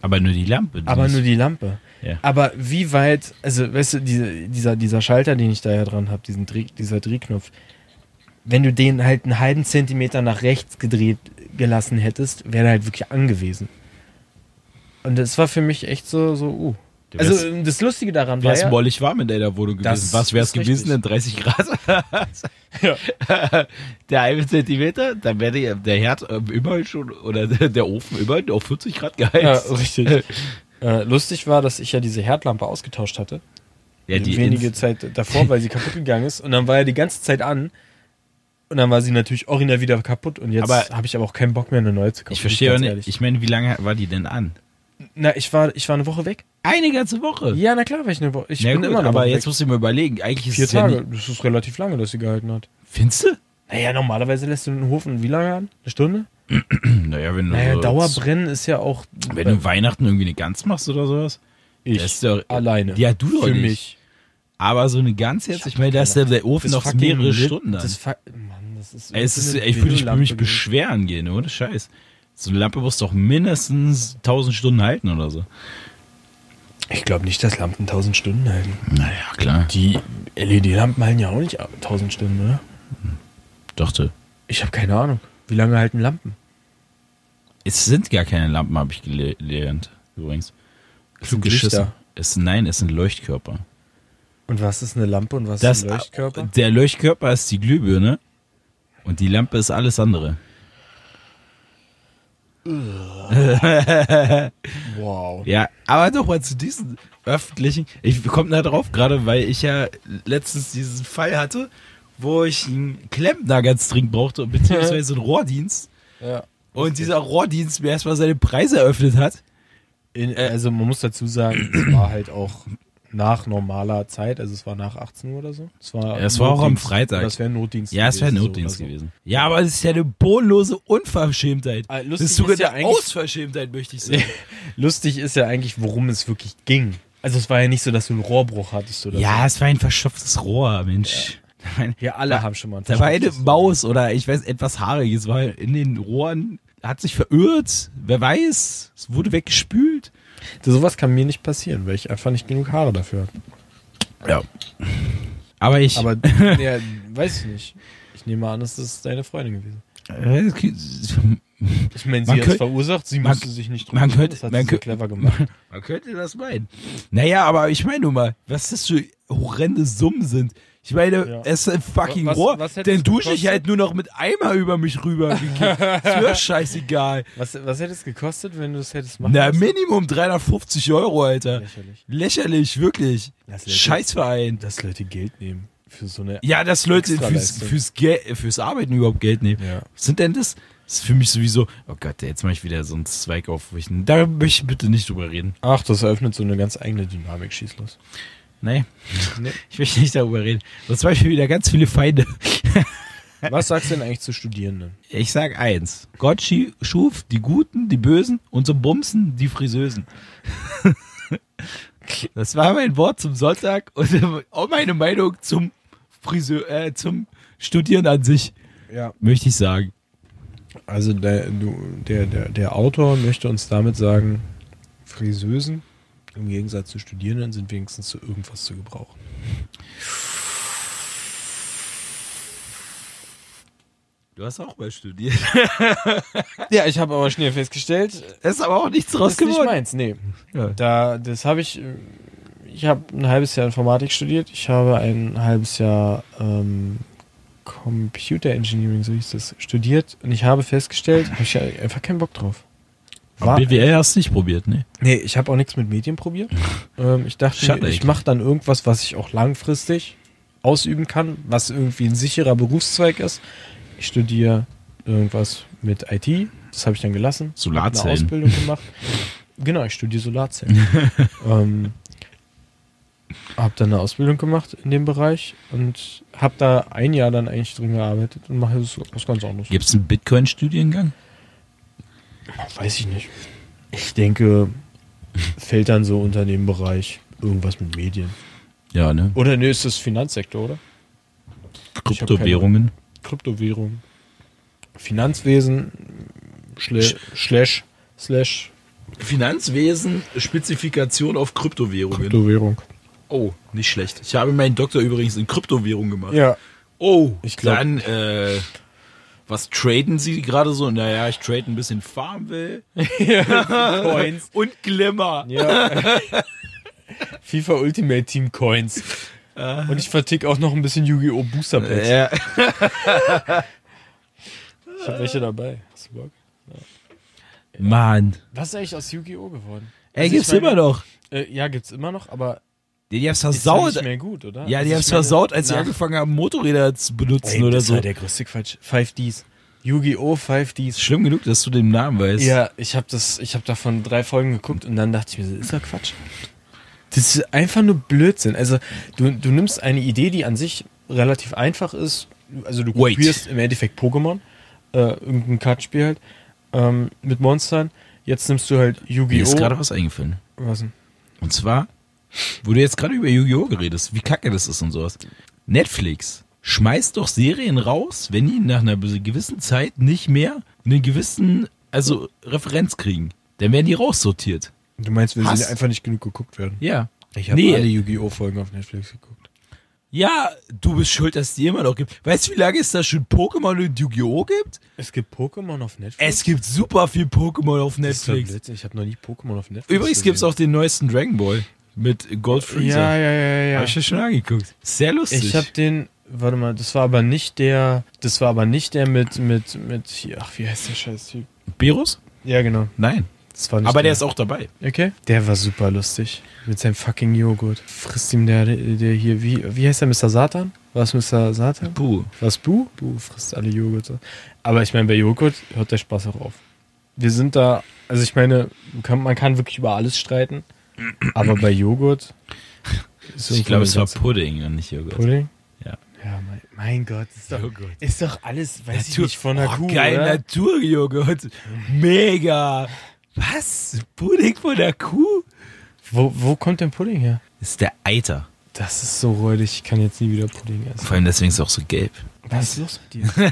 Speaker 1: Aber nur die Lampe.
Speaker 2: Aber nur die Lampe.
Speaker 1: Ja.
Speaker 2: Aber wie weit, also weißt du, diese, dieser, dieser Schalter, den ich da ja dran habe, diesen Dreh, dieser Drehknopf, wenn du den halt einen halben Zentimeter nach rechts gedreht gelassen hättest, wäre er halt wirklich angewiesen. Und das war für mich echt so, so, uh.
Speaker 1: Du wärst-
Speaker 2: Also das Lustige daran war
Speaker 1: Wär's
Speaker 2: ja,
Speaker 1: mollig warm in deiner Wohnung
Speaker 2: Das
Speaker 1: gewesen. Was wär's
Speaker 2: ist
Speaker 1: gewesen
Speaker 2: richtig.
Speaker 1: in 30 Grad?
Speaker 2: Ja.
Speaker 1: der halbe Zentimeter, dann wäre der- der Herd ähm, immerhin schon, oder der der Ofen immerhin auf 40 Grad
Speaker 2: ja,
Speaker 1: geheizt.
Speaker 2: richtig. äh, lustig war, dass ich ja diese Herdlampe ausgetauscht hatte.
Speaker 1: Ja, die
Speaker 2: wenige
Speaker 1: Ins-
Speaker 2: Zeit davor, weil sie kaputt gegangen ist. Und dann war er die ganze Zeit an. Und dann war sie natürlich original wieder kaputt. Und jetzt
Speaker 1: Aber-
Speaker 2: habe ich aber auch keinen Bock mehr, eine neue zu kaufen.
Speaker 1: ich verstehe auch
Speaker 2: ganz
Speaker 1: nicht.
Speaker 2: ehrlich.
Speaker 1: Ich meine, wie lange war die denn an?
Speaker 2: Na, ich war, ich war eine Woche weg.
Speaker 1: Eine ganze Woche.
Speaker 2: Ja, na klar, war ich eine Woche. Ich
Speaker 1: Na
Speaker 2: bin
Speaker 1: gut,
Speaker 2: immer noch
Speaker 1: aber
Speaker 2: weg.
Speaker 1: jetzt musst du mir überlegen, eigentlich ist
Speaker 2: vier
Speaker 1: es ja
Speaker 2: Tage.
Speaker 1: nicht.
Speaker 2: Das ist relativ lange, dass sie gehalten hat.
Speaker 1: Findest du?
Speaker 2: Naja, normalerweise lässt du den Hof in wie lange an? Eine Stunde?
Speaker 1: Naja, wenn du,
Speaker 2: Naja,
Speaker 1: so-
Speaker 2: Dauerbrennen ist ja auch.
Speaker 1: Also, wenn du Weihnachten irgendwie eine Gans machst oder sowas.
Speaker 2: ich
Speaker 1: das ist doch-
Speaker 2: alleine.
Speaker 1: Ja, du doch
Speaker 2: Für
Speaker 1: nicht.
Speaker 2: mich.
Speaker 1: Aber so eine Gans jetzt, ich, meine, da ist der, der Ofen
Speaker 2: Das
Speaker 1: noch
Speaker 2: fucking
Speaker 1: mehrere
Speaker 2: Lit-
Speaker 1: Stunden
Speaker 2: Das,
Speaker 1: an.
Speaker 2: fa- Mann, das ist.
Speaker 1: Ey, Es ist,
Speaker 2: eine
Speaker 1: ey, ich würde mich,
Speaker 2: Billo-Lampe
Speaker 1: mich
Speaker 2: gewesen.
Speaker 1: beschweren gehen, ohne Scheiß. So eine Lampe muss doch mindestens 1000 Stunden halten oder so.
Speaker 2: Ich glaube nicht, dass Lampen 1000 Stunden halten.
Speaker 1: Naja, klar.
Speaker 2: Die LED-Lampen halten ja auch nicht 1000 Stunden, oder?
Speaker 1: Dachte.
Speaker 2: Ich habe keine Ahnung. Wie lange halten Lampen?
Speaker 1: Es sind gar keine Lampen, habe ich gele- gelernt, übrigens. Klug
Speaker 2: sind
Speaker 1: geschissen.
Speaker 2: Lichter.
Speaker 1: Es, nein, es sind Leuchtkörper.
Speaker 2: Und was ist eine Lampe und was
Speaker 1: Das,
Speaker 2: ist ein Leuchtkörper?
Speaker 1: Der Leuchtkörper ist die Glühbirne und die Lampe ist alles andere.
Speaker 2: Wow.
Speaker 1: Ja, aber doch mal zu diesen öffentlichen. Ich komme da drauf gerade, weil ich ja letztens diesen Fall hatte, wo ich einen Klempner ganz dringend brauchte, beziehungsweise einen Rohrdienst.
Speaker 2: Ja.
Speaker 1: Und dieser Rohrdienst mir erstmal seine Preise eröffnet hat.
Speaker 2: In, also man muss dazu sagen, es war halt auch nach normaler Zeit, also es war nach 18 Uhr oder so. Es war,
Speaker 1: Ja, es war auch am
Speaker 2: Notdienst.
Speaker 1: Freitag.
Speaker 2: Das wäre ein Notdienst.
Speaker 1: Ja, es wäre ein
Speaker 2: so also.
Speaker 1: Notdienst
Speaker 2: oder so.
Speaker 1: gewesen. Ja, aber es ist ja eine bodenlose Unverschämtheit.
Speaker 2: Ah, lustig
Speaker 1: das ist sogar
Speaker 2: ist ja
Speaker 1: eine
Speaker 2: eigentlich-
Speaker 1: Ausverschämtheit, möchte ich sagen.
Speaker 2: Lustig ist ja eigentlich, worum es wirklich ging. Also es war ja nicht so, dass du einen Rohrbruch hattest oder
Speaker 1: ja, es war ein verstopftes Rohr, Mensch.
Speaker 2: so.
Speaker 1: Meine,
Speaker 2: Ja, alle haben schon mal einen
Speaker 1: Da war eine
Speaker 2: Taschentuch.
Speaker 1: Maus oder ich weiß, etwas Haariges war in den Rohren, hat sich verirrt, wer weiß, es wurde weggespült.
Speaker 2: Sowas kann mir nicht passieren, weil ich einfach nicht genug Haare dafür habe.
Speaker 1: Ja. Aber ich,
Speaker 2: Aber, ja, weiß ich nicht. Ich nehme an, es ist deine Freundin gewesen.
Speaker 1: äh, es gibt-
Speaker 2: Ich meine,
Speaker 1: Man könnt-
Speaker 2: verursacht, sie
Speaker 1: man-
Speaker 2: sich nicht
Speaker 1: man
Speaker 2: kümmern,
Speaker 1: könnte-
Speaker 2: das hat
Speaker 1: man
Speaker 2: sie so
Speaker 1: kö-
Speaker 2: clever gemacht.
Speaker 1: man könnte das meinen. Naja, aber ich meine nun mal, was das für horrende Summen sind. Ich meine,
Speaker 2: Ja.
Speaker 1: es ist ein fucking
Speaker 2: Was-
Speaker 1: Rohr,
Speaker 2: was hätte
Speaker 1: dann
Speaker 2: es
Speaker 1: dusche ich
Speaker 2: gekostet?
Speaker 1: halt nur noch mit Eimer über mich rüber. gekippt. ist mir scheißegal.
Speaker 2: Was, was hätte es gekostet, wenn du es hättest machen
Speaker 1: Na,
Speaker 2: lassen?
Speaker 1: Minimum 350 Euro, Alter.
Speaker 2: Lächerlich.
Speaker 1: Lächerlich, wirklich.
Speaker 2: Das lächerlich.
Speaker 1: Scheißverein.
Speaker 2: Dass Leute Geld nehmen für so eine...
Speaker 1: Ja, dass Leute fürs,
Speaker 2: Extraleistung.
Speaker 1: fürs, Gel- fürs Arbeiten überhaupt Geld nehmen.
Speaker 2: Ja.
Speaker 1: Was sind denn das? Das ist für mich sowieso. Oh Gott, jetzt mache ich wieder so einen Zweig auf. Wo ich, da möchte ich bitte nicht drüber reden.
Speaker 2: Ach, das eröffnet so eine ganz eigene Dynamik, schieß los.
Speaker 1: Nee, ich möchte nicht darüber reden. Und zum Beispiel wieder ganz viele Feinde.
Speaker 2: Was sagst du denn eigentlich zu Studierenden?
Speaker 1: Ich sag eins. Gott schi- schuf die Guten, die Bösen und zum Bumsen die Friseusen. Das war mein Wort zum Sonntag und äh, auch meine Meinung zum Friseur, äh, zum Studieren an sich,
Speaker 2: Ja.
Speaker 1: möchte ich sagen.
Speaker 2: Also der, du, der, der, der Autor möchte uns damit sagen, Friseusen im Gegensatz zu Studierenden sind wenigstens zu irgendwas zu gebrauchen.
Speaker 1: Du hast auch mal studiert.
Speaker 2: Ja, ich habe aber schnell festgestellt,
Speaker 1: Es ist aber auch nichts draus
Speaker 2: Das ist nicht
Speaker 1: geworden.
Speaker 2: meins, nee.
Speaker 1: Ja.
Speaker 2: Da, das habe ich, äh, ich habe ein halbes Jahr Informatik studiert, ich habe ein halbes Jahr ähm, Computer Engineering, so hieß das, studiert und ich habe festgestellt, habe ich ja einfach keinen Bock drauf.
Speaker 1: Aber BWL hast du nicht probiert, ne?
Speaker 2: nee, ich habe auch nichts mit Medien probiert. ähm, ich dachte,
Speaker 1: Schade
Speaker 2: mir, ich
Speaker 1: eigentlich.
Speaker 2: mache dann irgendwas, was ich auch langfristig ausüben kann, was irgendwie ein sicherer Berufszweig ist. Ich studiere irgendwas mit IT, das habe ich dann gelassen eine
Speaker 1: Solarzellen.
Speaker 2: Ausbildung gemacht. Genau, ich studiere Solarzellen. ähm, habe dann eine Ausbildung gemacht in dem Bereich und habe da ein Jahr dann eigentlich drin gearbeitet und mache jetzt was ganz anderes.
Speaker 1: Gibt es einen Bitcoin-Studiengang?
Speaker 2: Weiß ich nicht. Ich denke, fällt dann so unter dem Bereich irgendwas mit Medien.
Speaker 1: Ja, ne?
Speaker 2: Oder nee, ist das Finanzsektor, oder? Ich hab
Speaker 1: Kryptowährungen.
Speaker 2: Kryptowährung. Finanzwesen, schle- slash, slash
Speaker 1: Finanzwesen, Spezifikation auf Kryptowährungen.
Speaker 2: Kryptowährung.
Speaker 1: Oh, nicht schlecht. Ich habe meinen Doktor übrigens in Kryptowährung gemacht.
Speaker 2: Ja,
Speaker 1: Oh,
Speaker 2: Ich glaub-
Speaker 1: Dann, äh, was traden Sie gerade so? Naja, ich trade ein bisschen Farmville
Speaker 2: Coins.
Speaker 1: und Glimmer.
Speaker 2: Ja. FIFA Ultimate Team Coins. Und ich vertick auch noch ein bisschen Yu-Gi-Oh! Booster Packs.
Speaker 1: Ja.
Speaker 2: Ich habe welche dabei. Hast du Bock?
Speaker 1: Mann.
Speaker 2: Was ist eigentlich aus Yu-Gi-Oh! geworden?
Speaker 1: Ey,
Speaker 2: Also ich
Speaker 1: gibt's
Speaker 2: meine-
Speaker 1: immer noch.
Speaker 2: Äh, ja, gibt's immer noch, aber
Speaker 1: Die, die haben's
Speaker 2: ist ja
Speaker 1: versaut.
Speaker 2: nicht mehr gut, oder?
Speaker 1: Ja, die
Speaker 2: Also ich
Speaker 1: haben's
Speaker 2: meine,
Speaker 1: versaut, als sie
Speaker 2: nach-
Speaker 1: angefangen haben, Motorräder zu benutzen
Speaker 2: Ey,
Speaker 1: oder
Speaker 2: das
Speaker 1: so.
Speaker 2: war der größte Quatsch. 5Ds. Yu-Gi-Oh! 5Ds.
Speaker 1: Schlimm genug, dass du den Namen weißt.
Speaker 2: Ja, ich habe das, ich habe davon drei Folgen geguckt und dann dachte ich mir, so, ist ja Quatsch. Das ist einfach nur Blödsinn. Also du, du nimmst eine Idee, die an sich relativ einfach ist. Also du
Speaker 1: Wait.
Speaker 2: kopierst im Endeffekt Pokémon, äh, irgendein Kartenspiel halt, ähm, mit Monstern. Jetzt nimmst du halt
Speaker 1: Mir ist gerade
Speaker 2: Yu-Gi-Oh!
Speaker 1: was eingefallen.
Speaker 2: Was denn?
Speaker 1: Und zwar, wo du jetzt gerade über Yu-Gi-Oh! geredet hast, wie kacke das ist und sowas. Netflix schmeißt doch Serien raus, wenn die nach einer gewissen Zeit nicht mehr einen gewissen, also Referenz kriegen. Dann werden die raussortiert.
Speaker 2: Du meinst, wir
Speaker 1: Hass.
Speaker 2: sind einfach nicht genug geguckt werden.
Speaker 1: Ja.
Speaker 2: Ich habe
Speaker 1: Nee.
Speaker 2: alle Yu-Gi-Oh! Folgen auf Netflix geguckt.
Speaker 1: Ja, du bist schuld, dass es die immer noch gibt. Weißt du, wie lange es da schon Pokémon und Yu-Gi-Oh! gibt?
Speaker 2: Es gibt Pokémon auf Netflix.
Speaker 1: Es gibt super viel Pokémon auf
Speaker 2: Das ist doch
Speaker 1: Netflix.
Speaker 2: Blödsinn. Ich habe noch nie Pokémon auf Netflix.
Speaker 1: Übrigens gibt es
Speaker 2: gesehen.
Speaker 1: auch den neuesten Dragon Ball mit Gold
Speaker 2: Ja,
Speaker 1: Freezer.
Speaker 2: ja, ja, ja.
Speaker 1: Hab ich ja schon angeguckt. Sehr lustig.
Speaker 2: Ich habe den, warte mal, das war aber nicht der, das war aber nicht der mit, mit, mit, hier, ach, wie heißt der scheiß Typ?
Speaker 1: Berus?
Speaker 2: Ja, genau.
Speaker 1: Nein.
Speaker 2: Das war nicht
Speaker 1: Aber der ist auch dabei.
Speaker 2: Okay. Der war super lustig. Mit seinem fucking Joghurt. Frisst ihm der, der hier, wie, wie heißt der, Mr. Satan? Was Mr. Satan?
Speaker 1: Puh.
Speaker 2: Was Bu? Bu frisst alle Joghurt. Aber ich meine, bei Joghurt hört der Spaß auch auf. Wir sind da, also ich meine, man kann, man kann wirklich über alles streiten, aber bei Joghurt ist
Speaker 1: Ich glaube, es war
Speaker 2: irgendwo
Speaker 1: Pudding und nicht Joghurt.
Speaker 2: eine ganze- Pudding.
Speaker 1: Also, Ja. Oh
Speaker 2: Ja, mein, mein Gott, ist doch,
Speaker 1: Joghurt.
Speaker 2: Ist doch alles, weiß ich nicht, von der
Speaker 1: oh,
Speaker 2: Kuh,
Speaker 1: Geil,
Speaker 2: oder?
Speaker 1: Naturjoghurt. Mega. Was? Pudding von der Kuh?
Speaker 2: Wo, wo kommt denn Pudding her?
Speaker 1: Ist der Eiter.
Speaker 2: Das ist so räudig, ich kann jetzt nie wieder Pudding essen.
Speaker 1: Vor allem deswegen ist es auch so gelb.
Speaker 2: Was ist los mit dir?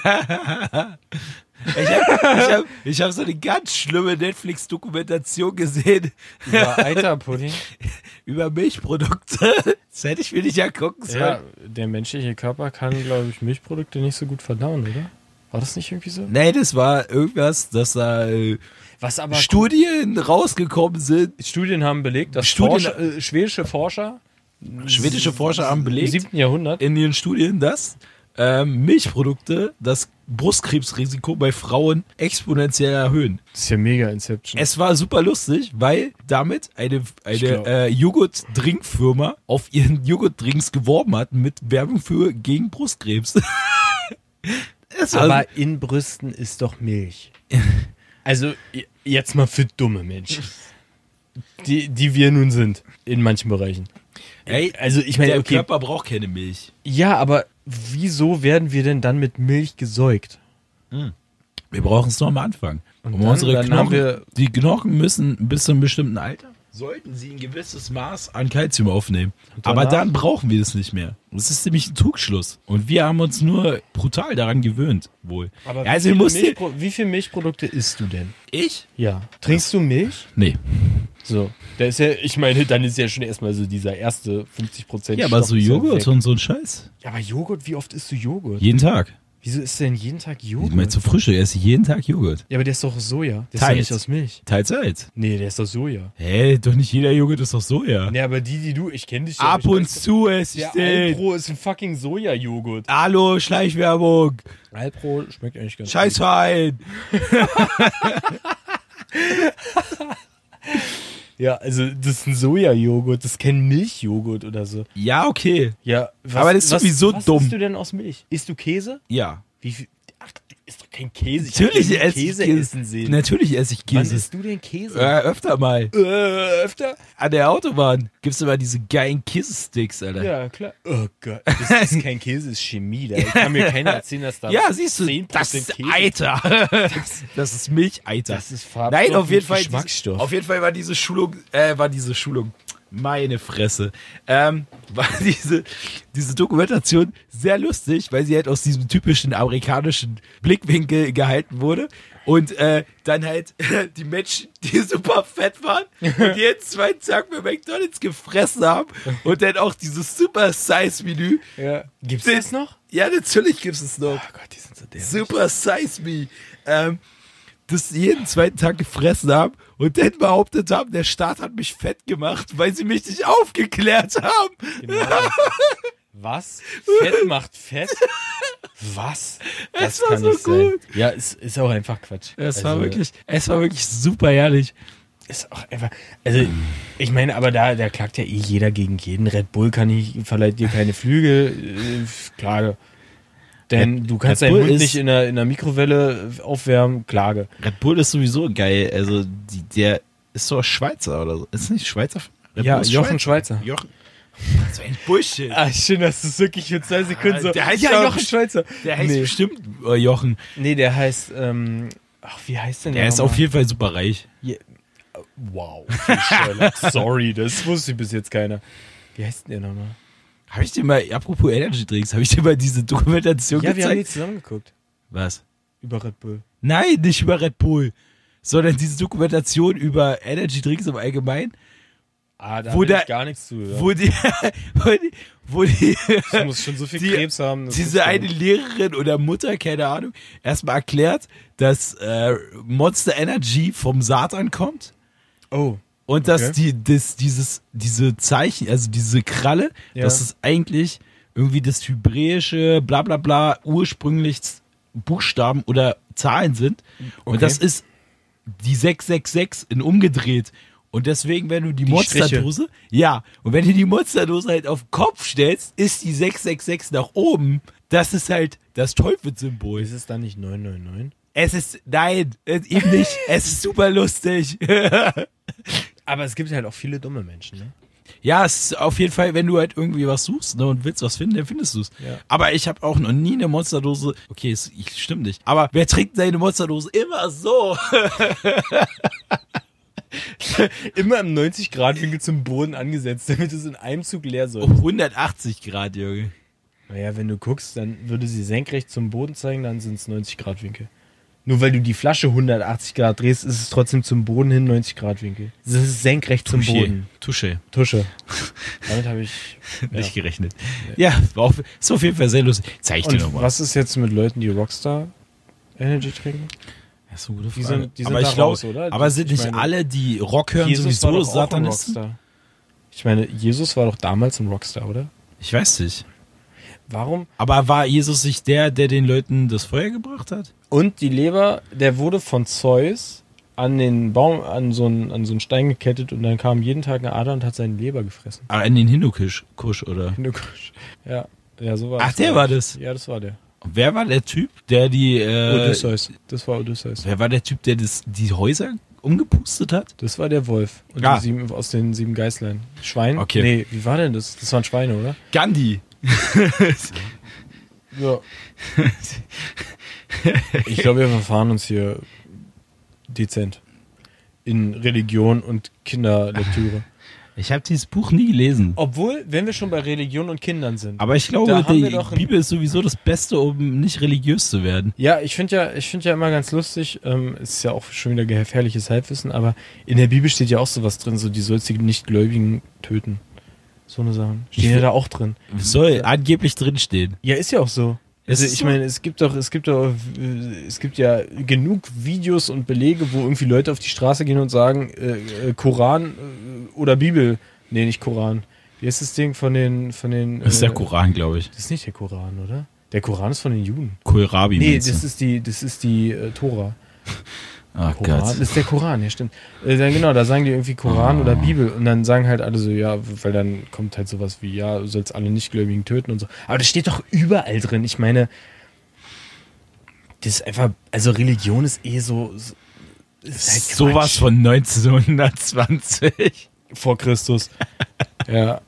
Speaker 1: Ich habe ich hab, ich hab so eine ganz schlimme Netflix-Dokumentation gesehen
Speaker 2: Über Eiterpudding?
Speaker 1: über Milchprodukte. Das hätte ich mir nicht angucken sollen.
Speaker 2: ja, der menschliche Körper kann, glaube ich, Milchprodukte nicht so gut verdauen, oder? War das nicht irgendwie so?
Speaker 1: Nein, das war irgendwas, dass da äh,
Speaker 2: Was aber
Speaker 1: Studien rausgekommen sind.
Speaker 2: Studien haben belegt, dass
Speaker 1: Studien-
Speaker 2: Forscher, äh, schwedische Forscher
Speaker 1: Schwedische Forscher haben
Speaker 2: im
Speaker 1: belegt,
Speaker 2: 7. Jahrhundert
Speaker 1: in ihren Studien, dass ähm, Milchprodukte das Brustkrebsrisiko bei Frauen exponentiell erhöhen.
Speaker 2: Das ist ja mega Inception.
Speaker 1: Es war super lustig, weil damit eine, eine
Speaker 2: glaub-
Speaker 1: äh, Joghurt-Drinkfirma auf ihren Joghurt-Drinks geworben hat mit Werbung für gegen Brustkrebs. Also, Es war-
Speaker 2: aber in Brüsten ist doch Milch. Also j- jetzt mal für dumme Menschen. Die, die wir nun sind, in manchen Bereichen.
Speaker 1: ey,
Speaker 2: Also ich meine,
Speaker 1: der
Speaker 2: okay,
Speaker 1: Körper braucht keine Milch.
Speaker 2: ja, aber wieso werden wir denn dann mit Milch gesäugt?
Speaker 1: Wir brauchen es noch am Anfang.
Speaker 2: Und
Speaker 1: um
Speaker 2: dann-
Speaker 1: unsere
Speaker 2: dann haben
Speaker 1: Knochen,
Speaker 2: wir-
Speaker 1: die Knochen müssen bis zu einem bestimmten Alter, sollten sie ein gewisses Maß an Kalzium aufnehmen.
Speaker 2: danach?
Speaker 1: Aber dann brauchen wir es nicht mehr. Das ist nämlich ein Trugschluss. Und wir haben uns nur brutal daran gewöhnt, wohl.
Speaker 2: Aber
Speaker 1: Ja, also
Speaker 2: wie,
Speaker 1: ich muss
Speaker 2: viele Milchpro wie viele Milchprodukte isst du denn?
Speaker 1: Ich?
Speaker 2: Ja. Trinkst du Milch?
Speaker 1: Nee.
Speaker 2: So. Da ist ja, ich meine, dann ist ja schon erstmal so dieser erste 50%
Speaker 1: Ja, aber so
Speaker 2: Stoff ist ja
Speaker 1: Joghurt
Speaker 2: weg.
Speaker 1: und so ein Scheiß.
Speaker 2: Ja, aber Joghurt, wie oft isst du Joghurt?
Speaker 1: Jeden Tag.
Speaker 2: Wieso isst du denn jeden Tag
Speaker 1: Ich meine,
Speaker 2: Joghurt?
Speaker 1: zu Frühstück esse ich jeden Tag Joghurt.
Speaker 2: Ja, aber der ist doch aus Soja. Der ist doch
Speaker 1: Teils.
Speaker 2: nicht aus Milch.
Speaker 1: Teilzeit.
Speaker 2: Nee, der ist aus Soja.
Speaker 1: Hä, hey, doch nicht jeder Joghurt ist doch Soja.
Speaker 2: Nee, aber die, die du, ich kenne dich ja,
Speaker 1: Ab
Speaker 2: aber ich
Speaker 1: und
Speaker 2: weiß,
Speaker 1: zu esse ich
Speaker 2: Der
Speaker 1: den.
Speaker 2: Alpro ist ein fucking Soja-Joghurt.
Speaker 1: Hallo, Schleichwerbung.
Speaker 2: Alpro schmeckt eigentlich ganz
Speaker 1: Scheißverein.
Speaker 2: Ja, also das ist ein Soja-Joghurt, das ist kein Milchjoghurt oder so.
Speaker 1: Ja, okay.
Speaker 2: Ja,
Speaker 1: Aber das ist
Speaker 2: was,
Speaker 1: sowieso
Speaker 2: was
Speaker 1: dumm.
Speaker 2: isst du denn aus Milch? Isst du Käse?
Speaker 1: Ja.
Speaker 2: Wie viel? Ach, du isst doch kein Käse. Ich
Speaker 1: Natürlich
Speaker 2: hab
Speaker 1: esse
Speaker 2: dich nie Käse
Speaker 1: ich Käse.
Speaker 2: essen sehen.
Speaker 1: Natürlich esse ich
Speaker 2: Wann
Speaker 1: Käse.
Speaker 2: isst du denn Käse?
Speaker 1: Äh, öfter mal.
Speaker 2: Äh, öfter?
Speaker 1: An der Autobahn gibt's immer diese geilen Käsesticks, Alter.
Speaker 2: Ja, klar. Oh Gott, das ist kein Käse, das ist Chemie. Da kann mir keiner erzählen, dass da
Speaker 1: Ja, siehst du,
Speaker 2: 10%
Speaker 1: das ist
Speaker 2: Käse
Speaker 1: Eiter. Das ist Milcheiter.
Speaker 2: Das ist Farbstoff
Speaker 1: Nein, auf
Speaker 2: mit
Speaker 1: jeden Fall.
Speaker 2: Geschmacksstoff.
Speaker 1: Auf jeden Fall war diese Schulung, äh, war diese Schulung, meine Fresse, ähm, war diese, diese Dokumentation sehr lustig, weil sie halt aus diesem typischen amerikanischen Blickwinkel gehalten wurde. Und äh, dann halt die Menschen, die super fett waren und jeden zweiten Tag bei McDonalds gefressen haben und dann auch dieses Super-Size-Menü.
Speaker 2: Ja. Gibt's
Speaker 1: Den-
Speaker 2: das noch?
Speaker 1: Ja, natürlich gibt's es noch.
Speaker 2: Oh Gott, die sind so dämlich.
Speaker 1: Super Size Me, ähm, das sie jeden zweiten Tag gefressen haben und dann behauptet haben, der Staat hat mich fett gemacht, weil sie mich nicht aufgeklärt haben.
Speaker 2: Genau. Was? Fett macht fett? Was?
Speaker 1: Es war so gut.
Speaker 2: Sein. Ja, es ist auch einfach Quatsch.
Speaker 1: Es
Speaker 2: Also,
Speaker 1: war wirklich, es war wirklich super herrlich.
Speaker 2: Ist auch einfach. Also, ich meine, aber da, da klagt ja eh jeder gegen jeden. Red Bull kann ich, verleiht dir keine Flügel. Äh, Klage. Denn du kannst
Speaker 1: Red
Speaker 2: deinen
Speaker 1: Bull
Speaker 2: Hund
Speaker 1: ist-
Speaker 2: nicht in der, in der Mikrowelle äh, aufwärmen. Klage.
Speaker 1: Red Bull ist sowieso geil, also die, der ist so Schweizer oder so. Ist nicht Schweizer? Red
Speaker 2: ja,
Speaker 1: Bull ist
Speaker 2: Jochen Schweizer.
Speaker 1: Jochen. So ein Bullshit.
Speaker 2: Ah, schön, dass du es wirklich für zwei Sekunden so.
Speaker 1: Der heißt
Speaker 2: Ah, ja,
Speaker 1: doch-
Speaker 2: Jochen Schweizer.
Speaker 1: Der heißt
Speaker 2: nee.
Speaker 1: bestimmt äh, Jochen.
Speaker 2: nee, der heißt. Ähm, ach, wie heißt denn der?
Speaker 1: Der ist
Speaker 2: nochmal?
Speaker 1: auf jeden Fall super reich.
Speaker 2: Je- Wow. Sherlock, Sorry, das wusste bis jetzt keiner. Wie heißt denn der nochmal?
Speaker 1: Habe ich dir mal, apropos Energy Drinks, habe ich dir mal diese Dokumentation
Speaker 2: Ja, wir haben die
Speaker 1: gezeigt?
Speaker 2: zusammen geguckt.
Speaker 1: Was?
Speaker 2: Über Red Bull.
Speaker 1: Nein, nicht über Red Bull, sondern diese Dokumentation über Energy Drinks im Allgemeinen,
Speaker 2: Ah, da
Speaker 1: Wo
Speaker 2: hab
Speaker 1: der-
Speaker 2: ich gar nichts zu. Ja.
Speaker 1: wo die, wo die, wo die
Speaker 2: Du musst schon so viel
Speaker 1: die-
Speaker 2: Krebs haben. das ist
Speaker 1: diese
Speaker 2: schon-
Speaker 1: eine Lehrerin oder Mutter, keine Ahnung, erstmal erklärt, dass äh, Monster Energy vom Satan kommt
Speaker 2: Oh.
Speaker 1: und dass
Speaker 2: Okay.
Speaker 1: die, das, dieses, diese Zeichen, also diese Kralle,
Speaker 2: Ja.
Speaker 1: dass es eigentlich irgendwie das hebräische bla bla bla ursprünglich Buchstaben oder Zahlen sind.
Speaker 2: Okay.
Speaker 1: Und das ist die 666 in umgedreht. Und deswegen, wenn du die, Monsterdose, ja, und wenn du die Monsterdose halt auf den Kopf stellst, ist die 666 nach oben. Das ist halt das Teufelssymbol.
Speaker 2: Ist es dann nicht 999?
Speaker 1: Es ist, nein, äh, eben nicht. es ist super lustig.
Speaker 2: Aber es gibt halt auch viele dumme Menschen, ne?
Speaker 1: Ja, es ist auf jeden Fall, wenn du halt irgendwie was suchst ne, und willst was finden, dann findest du es.
Speaker 2: Ja.
Speaker 1: Aber ich habe auch noch nie eine Monsterdose. Okay, es ich, stimmt nicht. Aber wer trinkt seine Monsterdose immer so?
Speaker 2: Immer im 90-Grad-Winkel zum Boden angesetzt, damit es in einem Zug leer soll.
Speaker 1: Um 180 Grad, Jürgen.
Speaker 2: Naja, wenn du guckst, dann würde sie senkrecht zum Boden zeigen, dann sind es 90 Grad Winkel. Nur weil du die Flasche 180 Grad drehst, ist es trotzdem zum Boden hin 90 Grad Winkel. Es ist senkrecht zum Boden.
Speaker 1: Touché.
Speaker 2: Tusche. Damit habe ich.
Speaker 1: Nicht gerechnet. Ja, war auf, ist auf jeden Fall sehr lustig. Zeig ich dir
Speaker 2: Und
Speaker 1: nochmal. Das
Speaker 2: was ist jetzt mit Leuten, die Rockstar Energy trinken?
Speaker 1: ist eine gute
Speaker 2: die
Speaker 1: Frage.
Speaker 2: sind- die sind
Speaker 1: aber
Speaker 2: da
Speaker 1: ich
Speaker 2: raus,
Speaker 1: glaube,
Speaker 2: oder?
Speaker 1: aber
Speaker 2: Die-
Speaker 1: sind
Speaker 2: ich
Speaker 1: nicht
Speaker 2: meine,
Speaker 1: alle, die Rock hören,
Speaker 2: war
Speaker 1: sowieso
Speaker 2: doch auch ein
Speaker 1: Satanisten?
Speaker 2: Rockstar. Ich meine, Jesus war doch damals ein Rockstar, oder?
Speaker 1: Ich weiß nicht.
Speaker 2: Warum?
Speaker 1: Aber war Jesus nicht der, der den Leuten das Feuer gebracht hat?
Speaker 2: Und die Leber, der wurde von Zeus an den Baum, an so einen, an so einen Stein gekettet und dann kam jeden Tag eine Ader und hat seine Leber gefressen.
Speaker 1: Aber Ah, in den Hindukusch, Kusch, oder?
Speaker 2: Hindukusch. Ja, ja, so war
Speaker 1: Ach,
Speaker 2: das,
Speaker 1: der
Speaker 2: glaub
Speaker 1: war
Speaker 2: ich.
Speaker 1: das.
Speaker 2: Ja, das war der.
Speaker 1: Und wer war der Typ, der die, äh,
Speaker 2: Odysseus. Oh, Das war Odysseus.
Speaker 1: wer war der Typ, der das, die Häuser umgepustet hat?
Speaker 2: Das war der Wolf. Und
Speaker 1: Ah.
Speaker 2: die sieben, aus den sieben Geißlein. Schwein?
Speaker 1: Okay.
Speaker 2: Nee, wie war denn das? Das waren Schweine, oder?
Speaker 1: Gandhi.
Speaker 2: Ja. ich glaube, wir verfahren uns hier dezent. In Religion und Kinderlektüre.
Speaker 1: Ich habe dieses Buch nie gelesen.
Speaker 2: Obwohl, wenn wir schon bei Religion und Kindern sind.
Speaker 1: Aber ich glaube,
Speaker 2: Da haben wir
Speaker 1: die
Speaker 2: doch ein-
Speaker 1: Bibel ist sowieso das Beste, um nicht religiös zu werden.
Speaker 2: Ja, ich finde ja, ich finde ja immer ganz lustig, ähm, ist ja auch schon wieder gefährliches Halbwissen, aber in der Bibel steht ja auch sowas drin, so die sollst die Nichtgläubigen töten. So eine Sache. Steht ja da auch drin.
Speaker 1: Soll angeblich drinstehen.
Speaker 2: Ja, ist ja auch so. Also
Speaker 1: Ist es
Speaker 2: ich
Speaker 1: so?
Speaker 2: meine, es gibt doch, es gibt doch, äh, es gibt ja genug Videos und Belege, wo irgendwie Leute auf die Straße gehen und sagen, äh, äh, Koran äh, oder Bibel. Nee, nicht Koran. Wie ist das Ding von den, von den.
Speaker 1: Das ist
Speaker 2: äh,
Speaker 1: der Koran, glaube ich.
Speaker 2: Das ist nicht der Koran, oder? Der Koran ist von den Juden.
Speaker 1: Kohlrabi.
Speaker 2: Nee,
Speaker 1: meinst du? Ah,
Speaker 2: das ist die, das ist die äh, Tora.
Speaker 1: Ach
Speaker 2: Oh Koran, das ist der Koran, ja stimmt. Äh, dann genau, da sagen die irgendwie Koran oder Bibel und dann sagen halt alle so, ja, weil dann kommt halt sowas wie, ja, du sollst alle Nichtgläubigen töten und so. Aber das steht doch überall drin. Ich meine, das ist einfach, also Religion ist eh so, so- ist halt
Speaker 1: Sowas
Speaker 2: Quatsch.
Speaker 1: von 1920.
Speaker 2: vor Christus. ja.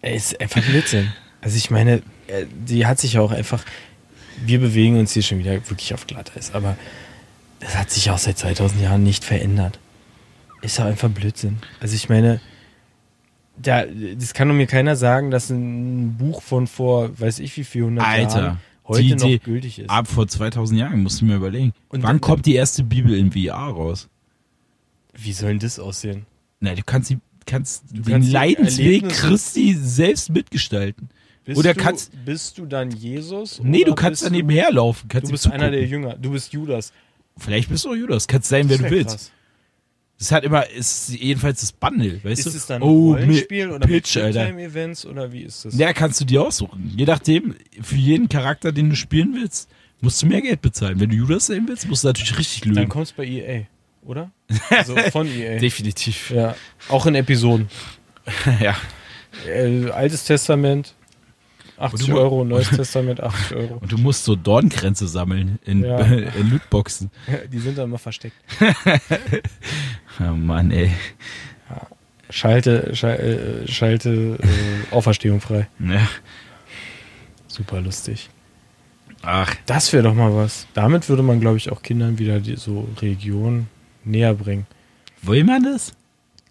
Speaker 2: Ey, ist einfach Blödsinn. Also ich meine, äh, die hat sich auch einfach, wir bewegen uns hier schon wieder wirklich auf Glatteis, aber das hat sich auch seit 2000 Jahren nicht verändert. Ist doch einfach Blödsinn. Also ich meine, da, das kann doch mir keiner sagen, dass ein Buch von vor, weiß ich wie, 400
Speaker 1: Alter,
Speaker 2: Jahren heute
Speaker 1: die-
Speaker 2: noch
Speaker 1: die-
Speaker 2: gültig ist.
Speaker 1: Ab vor 2000 Jahren, musst du mir überlegen. Wann
Speaker 2: Und dann-
Speaker 1: kommt die erste Bibel in VR raus?
Speaker 2: Wie soll denn das aussehen?
Speaker 1: Na, du kannst, die, kannst den
Speaker 2: kannst die
Speaker 1: Leidensweg
Speaker 2: Erlebnisse-
Speaker 1: Christi selbst mitgestalten.
Speaker 2: Bist
Speaker 1: Oder
Speaker 2: du,
Speaker 1: kannst-
Speaker 2: bist du dann Jesus?
Speaker 1: Nee,
Speaker 2: oder
Speaker 1: du kannst
Speaker 2: bist
Speaker 1: an ihm herlaufen. Kannst
Speaker 2: Du
Speaker 1: ihm
Speaker 2: bist einer der
Speaker 1: zugucken.
Speaker 2: Jünger. Du bist Judas.
Speaker 1: Vielleicht bist du auch Judas. Kannst sein, wer
Speaker 2: Das
Speaker 1: du
Speaker 2: wär
Speaker 1: willst.
Speaker 2: krass.
Speaker 1: Es hat immer, es ist jedenfalls das Bundle, weißt
Speaker 2: Ist
Speaker 1: du?
Speaker 2: es dann ein
Speaker 1: oh,
Speaker 2: Rollenspiel
Speaker 1: Mi-
Speaker 2: oder
Speaker 1: Pitch,
Speaker 2: mit
Speaker 1: Alter.
Speaker 2: Time-Events oder wie ist das?
Speaker 1: Ja, kannst du dir aussuchen. Je nachdem, für jeden Charakter, den du spielen willst, musst du mehr Geld bezahlen. Wenn du Judas sein willst, musst du natürlich richtig
Speaker 2: Dann
Speaker 1: lügen.
Speaker 2: kommst du bei EA, oder? Also von EA.
Speaker 1: Definitiv.
Speaker 2: ja, auch in Episoden.
Speaker 1: Ja.
Speaker 2: Äh, Altes Testament
Speaker 1: Und
Speaker 2: 80
Speaker 1: du-
Speaker 2: Euro, Neues Testament 80 Euro.
Speaker 1: Und du musst so Dornkränze sammeln in,
Speaker 2: Ja.
Speaker 1: in Lootboxen.
Speaker 2: Die sind dann immer versteckt.
Speaker 1: Oh Mann, ey.
Speaker 2: Schalte, schal, äh, schalte äh, Auferstehung frei.
Speaker 1: Ja.
Speaker 2: Super lustig.
Speaker 1: Ach,
Speaker 2: Das wäre doch mal was. Damit würde man, glaube ich, auch Kindern wieder die, so Religion näher bringen.
Speaker 1: will man das?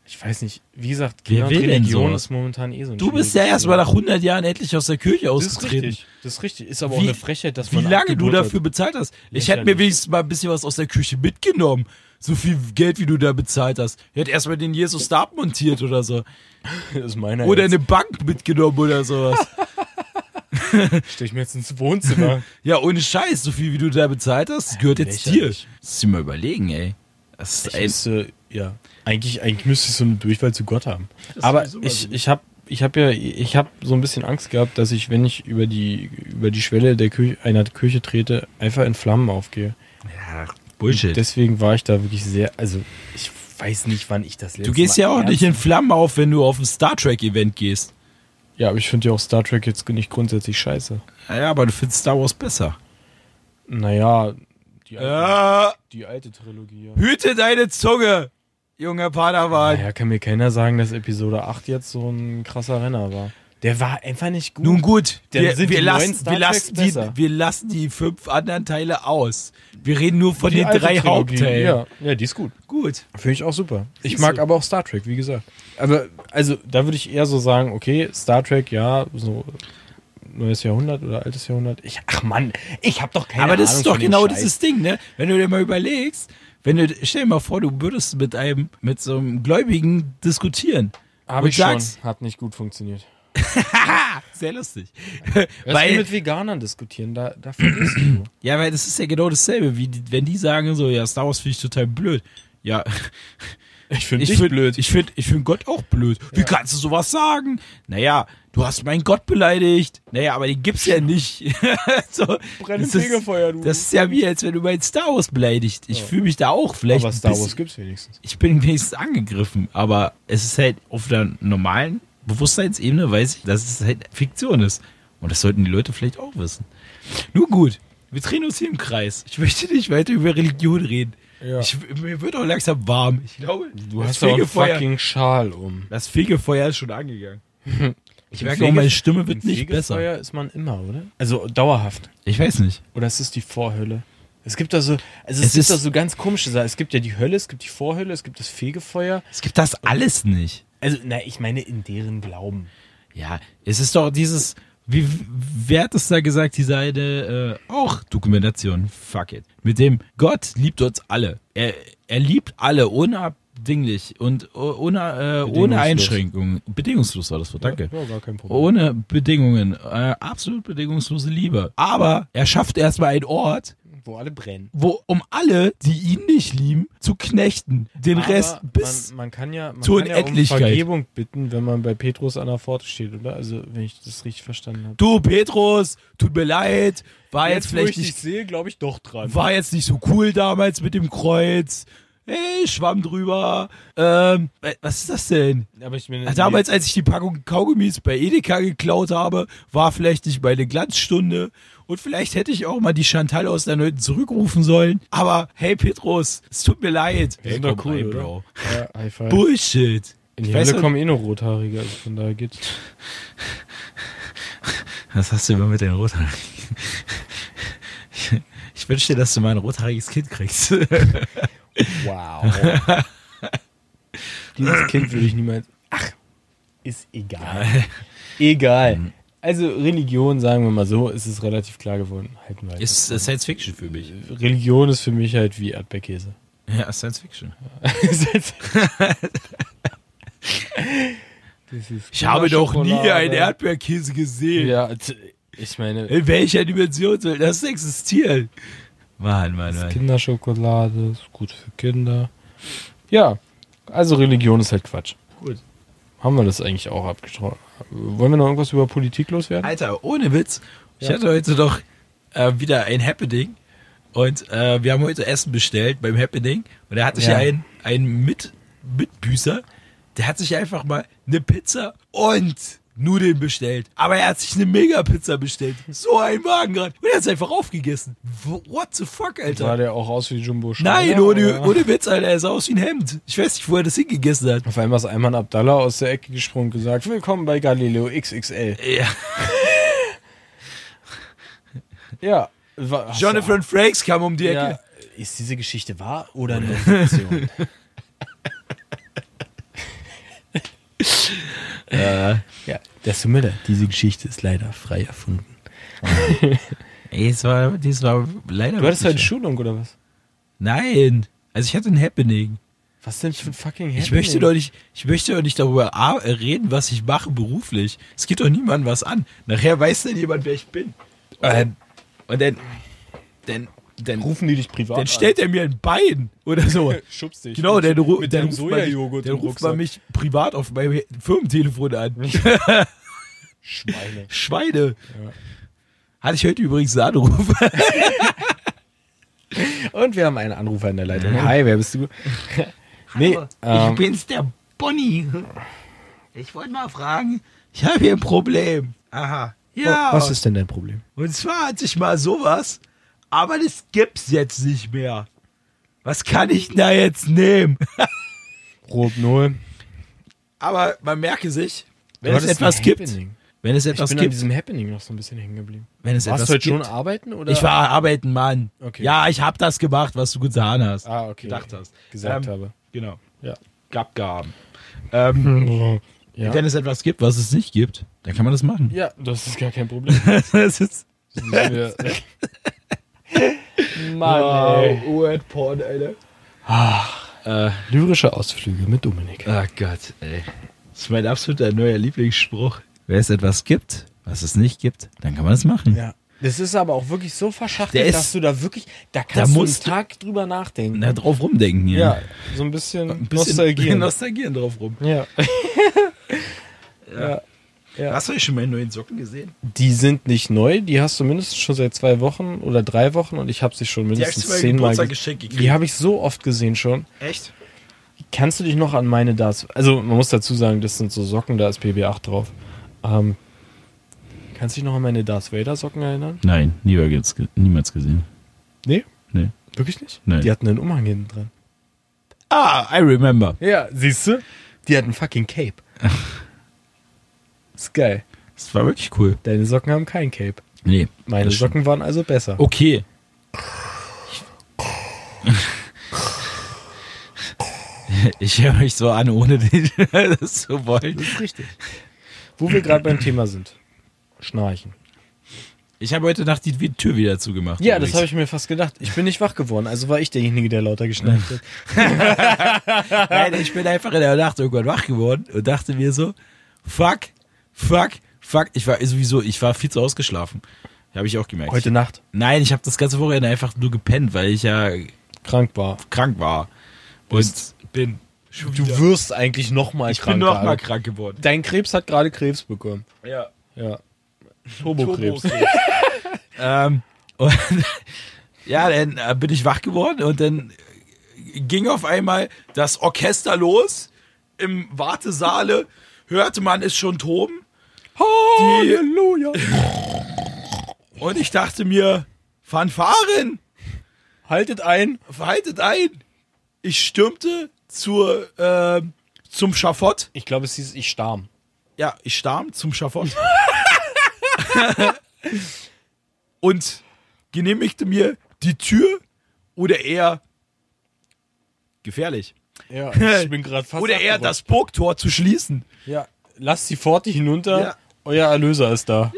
Speaker 2: Ich weiß nicht, wie gesagt,
Speaker 1: Wer
Speaker 2: Kinder und
Speaker 1: will denn
Speaker 2: Religion
Speaker 1: sowas?
Speaker 2: ist momentan eh so ein
Speaker 1: Du bist ja
Speaker 2: schwieriges
Speaker 1: erstmal
Speaker 2: Thema.
Speaker 1: nach 100 Jahren endlich aus der Kirche
Speaker 2: Das ist
Speaker 1: ausgetreten.
Speaker 2: richtig. Das ist richtig. Ist aber auch
Speaker 1: Wie-
Speaker 2: eine Frechheit, dass
Speaker 1: Wie
Speaker 2: man.
Speaker 1: lange du
Speaker 2: abgeburt wird.
Speaker 1: dafür bezahlt hast? Ich hätte
Speaker 2: Lächerlich.
Speaker 1: mir wenigstens mal ein bisschen was aus der Küche mitgenommen. So viel Geld, wie du da bezahlt hast. Ich hätte erstmal den Jesus da abmontiert oder so.
Speaker 2: Das ist meiner.
Speaker 1: Oder
Speaker 2: jetzt.
Speaker 1: eine Bank mitgenommen oder sowas.
Speaker 2: Stell ich mir jetzt ins Wohnzimmer.
Speaker 1: ja, ohne Scheiß. So viel, wie du da bezahlt hast, das gehört jetzt dir.
Speaker 2: lächerlich.
Speaker 1: Muss ich mal überlegen, ey. Das ist
Speaker 2: ich
Speaker 1: ein,
Speaker 2: müsste, ja. Eigentlich, eigentlich müsste ich so eine Durchwahl zu Gott haben. aber
Speaker 1: sowieso mal
Speaker 2: ich,
Speaker 1: so.
Speaker 2: ich habe ich hab ja, ich habe so ein bisschen Angst gehabt, dass ich, wenn ich über die, über die Schwelle der Kirche, einer Kirche trete, einfach in Flammen aufgehe.
Speaker 1: ja, Bullshit.
Speaker 2: Deswegen war ich da wirklich sehr, also ich weiß nicht, wann ich das letzte
Speaker 1: Du gehst
Speaker 2: Mal
Speaker 1: ja auch
Speaker 2: ernst-
Speaker 1: nicht in Flammen auf, wenn du auf ein Star Trek-Event gehst.
Speaker 2: Ja, aber ich finde ja auch Star Trek jetzt nicht grundsätzlich scheiße.
Speaker 1: Ja, aber du findest Star Wars besser.
Speaker 2: Naja, die alte,
Speaker 1: Äh,
Speaker 2: die alte Trilogie. Ja.
Speaker 1: hüte deine Zunge, junger Padawan.
Speaker 2: Naja, kann mir keiner sagen, dass Episode 8 jetzt so ein krasser Renner war. Der war einfach nicht gut.
Speaker 1: Nun gut,
Speaker 2: Dann
Speaker 1: wir,
Speaker 2: sind
Speaker 1: wir,
Speaker 2: die neuen
Speaker 1: lassen,
Speaker 2: Star
Speaker 1: wir, lassen
Speaker 2: Treks
Speaker 1: die,
Speaker 2: besser.
Speaker 1: wir lassen die fünf anderen Teile aus. Wir reden nur von
Speaker 4: Die
Speaker 1: den
Speaker 4: alte
Speaker 1: drei
Speaker 4: Trilogie,
Speaker 1: Hauptteilen.
Speaker 4: Ja. ja, die ist gut.
Speaker 1: Gut.
Speaker 4: Finde ich auch super. Ich
Speaker 1: Siehst
Speaker 4: mag
Speaker 1: du.
Speaker 4: aber auch Star Trek, wie gesagt.
Speaker 2: Aber also da würde ich eher so sagen, okay, Star Trek, ja, so neues Jahrhundert oder altes Jahrhundert. Ich, ach Mann, ich habe doch keine
Speaker 1: Aber das
Speaker 2: Ahnung
Speaker 1: ist doch
Speaker 2: von dem
Speaker 1: genau
Speaker 2: Scheiß.
Speaker 1: dieses Ding, ne? Wenn du dir mal überlegst, wenn du, stell dir mal vor, du würdest mit einem, mit so einem Gläubigen diskutieren.
Speaker 2: Hab
Speaker 1: Und
Speaker 2: ich schon.
Speaker 1: sagst-
Speaker 2: Hat nicht gut funktioniert.
Speaker 1: Sehr lustig.
Speaker 2: Weil
Speaker 1: weil,
Speaker 2: mit Veganern diskutieren, da, da vergisst du.
Speaker 1: ja, weil das ist ja genau dasselbe, wie die, wenn die sagen so, ja, Star Wars finde ich total blöd. Ja,
Speaker 2: Ich finde
Speaker 1: ich find- Ich finde ich find Gott auch blöd. Wie kannst du sowas sagen? Naja, du hast meinen Gott beleidigt. Naja, aber den gibt's ja nicht. so,
Speaker 2: Brenn
Speaker 1: das
Speaker 2: im
Speaker 1: ist-
Speaker 2: Fegefeuer, du.
Speaker 1: Das ist ja wie, als wenn du meinen Star Wars beleidigt. Ich fühle mich da auch vielleicht.
Speaker 2: Aber
Speaker 1: ein
Speaker 2: Star
Speaker 1: bisschen-
Speaker 2: Wars gibt's wenigstens.
Speaker 1: ich bin wenigstens angegriffen, aber es ist halt auf der normalen Bewusstseinsebene weiß ich, dass es halt Fiktion ist. Und das sollten die Leute vielleicht auch wissen. Nun gut, wir drehen uns hier im Kreis. Ich möchte nicht weiter über Religion reden.
Speaker 4: Ja.
Speaker 1: Ich, mir wird auch langsam warm. Ich glaube,
Speaker 2: Du hast doch einen fucking Schal um.
Speaker 1: das Fegefeuer ist schon angegangen. Ich merke
Speaker 2: Fegef-
Speaker 1: auch, meine Stimme wird
Speaker 2: Im
Speaker 1: nicht besser.
Speaker 2: Fegefeuer ist man immer, oder? Also dauerhaft.
Speaker 1: Ich weiß nicht.
Speaker 2: Oder ist es die Vorhölle? Es gibt da so, also
Speaker 1: Es
Speaker 2: es,
Speaker 1: ist-
Speaker 2: gibt da so ganz komische Sachen. Es gibt ja die Hölle, es gibt die Vorhölle, es gibt das Fegefeuer.
Speaker 1: Es gibt das alles nicht.
Speaker 2: Also, na, ich meine in deren Glauben.
Speaker 1: Ja, es ist doch dieses, wie, wer hat es da gesagt, diese eine, äh, auch Dokumentation, fuck it, mit dem Gott liebt uns alle. Er, er liebt alle, unabdinglich und uh, ohne, äh, ohne
Speaker 2: Bedingungslos.
Speaker 1: Einschränkungen. Bedingungslos war das Wort, danke.
Speaker 2: Ja, gar kein Problem.
Speaker 1: Ohne Bedingungen, äh, absolut bedingungslose Liebe. Aber er schafft erstmal einen Ort,
Speaker 2: Wo alle brennen.
Speaker 1: wo um alle, die ihn nicht lieben, zu knechten. Den
Speaker 2: Aber
Speaker 1: Rest bis.
Speaker 2: man, man kann ja, man
Speaker 1: zur
Speaker 2: kann ja um
Speaker 1: Unendlichkeit.
Speaker 2: Vergebung bitten, wenn man bei Petrus an der Pforte steht, oder? Also, wenn ich das richtig verstanden habe.
Speaker 1: Du, Petrus, tut mir leid, war jetzt,
Speaker 2: wo ich
Speaker 1: vielleicht
Speaker 2: dich
Speaker 1: nicht
Speaker 2: sehe, glaube ich doch dran.
Speaker 1: war jetzt nicht so cool damals mit dem Kreuz. Hey, schwamm drüber. Ähm, äh, was ist das denn?
Speaker 2: Aber ich bin
Speaker 1: Ah, Damals, als ich die Packung Kaugummis bei Edeka geklaut habe, war vielleicht nicht meine Glanzstunde. Und vielleicht hätte ich auch mal die Chantal aus der Nöten zurückrufen sollen. Aber hey, Petrus, es tut mir leid.
Speaker 2: Wir sind doch cool,
Speaker 1: also.
Speaker 2: oder? Ja, High five.
Speaker 1: Bullshit.
Speaker 2: In
Speaker 1: Ich
Speaker 2: die
Speaker 1: weiß
Speaker 2: Hölle
Speaker 1: auch-
Speaker 2: kommen eh nur Rothaarige, also von daher geht's.
Speaker 1: Was hast du immer mit den Rothaarigen? Ich wünschte, dass du mal ein rothaariges Kind kriegst.
Speaker 2: Wow. Dieses Kind würde ich niemals. Ach, ist egal.
Speaker 1: Mhm.
Speaker 2: Egal. Also Religion, sagen wir mal so, ist es relativ klar geworden. Halten wir halt.
Speaker 1: Ist äh, Science Fiction für mich.
Speaker 2: Religion ist für mich halt wie Erdbeerkäse.
Speaker 1: Ja, Science Fiction.
Speaker 2: das ist
Speaker 1: Ich habe doch nie
Speaker 2: Schokolade.
Speaker 1: einen Erdbeerkäse gesehen.
Speaker 2: Ja, t- ich meine,
Speaker 1: In welcher Dimension soll das existieren? Mann, Mann,
Speaker 2: das ist
Speaker 1: Mann.
Speaker 2: Kinderschokolade ist gut für Kinder. Ja, also Religion ist halt Quatsch.
Speaker 1: Gut.
Speaker 2: Haben wir das eigentlich auch abgeschlossen? Wollen wir noch irgendwas über Politik loswerden?
Speaker 1: Alter, ohne Witz. Ich hatte heute doch äh, wieder ein Happening. Und äh, wir haben heute Essen bestellt beim Happening. Und da hatte ich
Speaker 2: Ja.
Speaker 1: einen, einen Mit Mitbüßer, der hat sich einfach mal eine Pizza und Nudeln bestellt. Aber er hat sich eine Mega-Pizza bestellt. So ein Magengrad. Und er hat es einfach aufgegessen. Wo- What the fuck, Alter?
Speaker 2: Sah der auch aus wie Jumbo Schreiner,
Speaker 1: Nein, ohne,
Speaker 2: oder?
Speaker 1: ohne Witz, Alter, er sah aus wie ein Hemd. Ich weiß nicht, wo er das hingegessen hat.
Speaker 2: Auf einmal ist Ayman Abdallah aus der Ecke gesprungen und gesagt, willkommen bei Galileo XXL.
Speaker 1: Ja.
Speaker 2: Ja. War, hast
Speaker 1: Jonathan Frakes kam um die
Speaker 2: du-
Speaker 1: Ecke.
Speaker 2: ja, Ist diese Geschichte wahr oder eine Fiktion? ja, das tut mir leid. Diese Geschichte ist leider frei erfunden.
Speaker 1: Es war, das war leider.
Speaker 2: Du hattest
Speaker 1: wirklich-
Speaker 2: halt Schulung oder was?
Speaker 1: Nein. Also ich hatte ein Happening.
Speaker 2: Was denn für ein fucking
Speaker 1: Ich möchte doch nicht, ich möchte doch nicht darüber a- äh, reden, was ich mache beruflich. Es geht doch niemandem was an. Nachher weiß denn jemand, wer ich bin. Ähm, und dann, dann, dann,
Speaker 2: Rufen die dich privat
Speaker 1: dann stellt er mir ein Bein oder so.
Speaker 2: an. Schubst dich.
Speaker 1: Genau, dann, ru
Speaker 2: mit
Speaker 1: dann,
Speaker 2: deinem
Speaker 1: ruft man mich,
Speaker 2: Sojajoghurt
Speaker 1: dann
Speaker 2: im
Speaker 1: ruft man
Speaker 2: Rucksack.
Speaker 1: mich privat auf meinem Firmentelefon an.
Speaker 2: Schweine.
Speaker 1: Schweine. Hatte ich heute übrigens einen Anruf.
Speaker 2: Und wir haben einen Anrufer in der Leitung. Hi, wer bist du? nee, ähm,
Speaker 1: bin's, der Bonnie. Ich wollte mal fragen. Ich habe hier ein Problem. Aha. Ja.
Speaker 2: was ist denn dein Problem?
Speaker 1: Und zwar hatte ich mal sowas, aber das gibt's jetzt nicht mehr. Was kann ich da jetzt nehmen?
Speaker 2: Rob Null.
Speaker 1: Aber man merke sich, wenn es etwas gibt, Wenn es
Speaker 2: Ich
Speaker 1: etwas
Speaker 2: bin an
Speaker 1: gibt,
Speaker 2: diesem Happening noch so ein bisschen hängen geblieben.
Speaker 1: wenn es
Speaker 2: Warst
Speaker 1: etwas
Speaker 2: du heute
Speaker 1: gibt,
Speaker 2: schon arbeiten? Oder?
Speaker 1: ich war arbeiten, Mann.
Speaker 2: Okay.
Speaker 1: Ja, ich hab das gemacht, was du getan hast.
Speaker 2: Ah, okay.
Speaker 1: Gedacht hast.
Speaker 2: Gesagt
Speaker 1: Ähm,
Speaker 2: habe.
Speaker 1: Genau.
Speaker 2: Ja.
Speaker 1: Abgaben. Ähm,
Speaker 2: Ja.
Speaker 1: Wenn es etwas gibt, was es nicht gibt, dann kann man das machen.
Speaker 2: ja, das ist gar kein Problem.
Speaker 1: das ist
Speaker 2: Das ist mir- Mann, ey.
Speaker 1: Oh, Porn, Alter.
Speaker 2: Lyrische Ausflüge mit Dominik.
Speaker 1: Ah Gott, ey. Das ist mein absoluter neuer Lieblingsspruch. Wenn es etwas gibt, was es nicht gibt, dann kann man es machen.
Speaker 2: Ja. Das ist aber auch wirklich so verschachtelt,
Speaker 1: Der ist-
Speaker 2: dass du da wirklich, da kannst du einen
Speaker 1: musst du-
Speaker 2: Tag drüber nachdenken.
Speaker 1: Na, drauf rumdenken, ja.
Speaker 2: ja, so ein bisschen, nostalgieren.
Speaker 1: nostalgieren drauf rum.
Speaker 2: ja.
Speaker 1: Hast du eigentlich schon meine neuen Socken gesehen?
Speaker 2: Die sind nicht neu, die hast du mindestens schon seit zwei Wochen oder drei Wochen und ich habe sie schon
Speaker 1: Die hast du
Speaker 2: mindestens
Speaker 1: bei
Speaker 2: zehnmal
Speaker 1: Geburtstag
Speaker 2: gesehen.
Speaker 1: geschenkt gekriegt.
Speaker 2: Die habe ich so oft gesehen schon.
Speaker 1: Echt?
Speaker 2: Kannst du dich noch an meine das? Also man muss dazu sagen, das sind so Socken, da ist BB8 drauf. Ähm, kannst du dich noch an meine Darth Vader Socken erinnern?
Speaker 1: Nein, nie ge- niemals gesehen.
Speaker 2: Nee,
Speaker 1: Nee.
Speaker 2: wirklich nicht.
Speaker 1: Nein.
Speaker 2: Die hatten einen Umhang hinten dran.
Speaker 1: Ah, I remember.
Speaker 2: Ja, siehst du? Die hatten fucking Cape. ist geil.
Speaker 1: Das war wirklich cool.
Speaker 2: Deine Socken haben kein Cape.
Speaker 1: Nee.
Speaker 2: Meine
Speaker 1: das stimmt.
Speaker 2: Socken waren also besser.
Speaker 1: Okay. Ich höre mich so an, ohne den- das zu wollen.
Speaker 2: Das ist richtig. Wo wir gerade beim Thema sind. Schnarchen.
Speaker 1: Ich habe heute Nacht die Tür wieder zugemacht.
Speaker 2: Ja, das habe ich mir fast gedacht. Ich bin nicht wach geworden, also war ich derjenige, der lauter geschnarcht hat.
Speaker 1: Nein, ich bin einfach in der Nacht irgendwann wach geworden und dachte mir so, fuck, fuck, fuck. Ich war sowieso, ich war viel zu ausgeschlafen. Habe ich auch gemerkt.
Speaker 2: Heute Nacht
Speaker 1: Nein, ich habe das ganze Wochenende einfach nur gepennt, weil ich ja
Speaker 2: krank war.
Speaker 1: krank war. Und bin schon
Speaker 2: Du
Speaker 1: wieder-
Speaker 2: wirst eigentlich nochmal
Speaker 1: ich
Speaker 2: krank.
Speaker 1: bin noch mal
Speaker 2: gerade.
Speaker 1: krank geworden.
Speaker 2: Dein Krebs hat gerade Krebs bekommen.
Speaker 1: Ja.
Speaker 2: Ja. Turbokrebs.
Speaker 1: Ähm, und ja, dann äh, bin ich wach geworden und dann ging auf einmal das Orchester los. Im Wartesaale hörte man es schon toben.
Speaker 2: Halleluja.
Speaker 1: Und ich dachte mir, Fanfaren,
Speaker 2: Haltet ein.
Speaker 1: haltet ein. Ich stürmte zur, ähm, zum Schafott.
Speaker 2: Ich glaube, es hieß, ich starm.
Speaker 1: Ja, ich starm zum Schafott. und genehmigte mir die Tür oder eher gefährlich.
Speaker 2: Ja,
Speaker 1: ich
Speaker 2: bin gerade fast.
Speaker 1: Oder eher das Burgtor zu schließen.
Speaker 2: Ja, lasst die Pforte hinunter.
Speaker 1: Ja.
Speaker 2: Euer Erlöser ist da.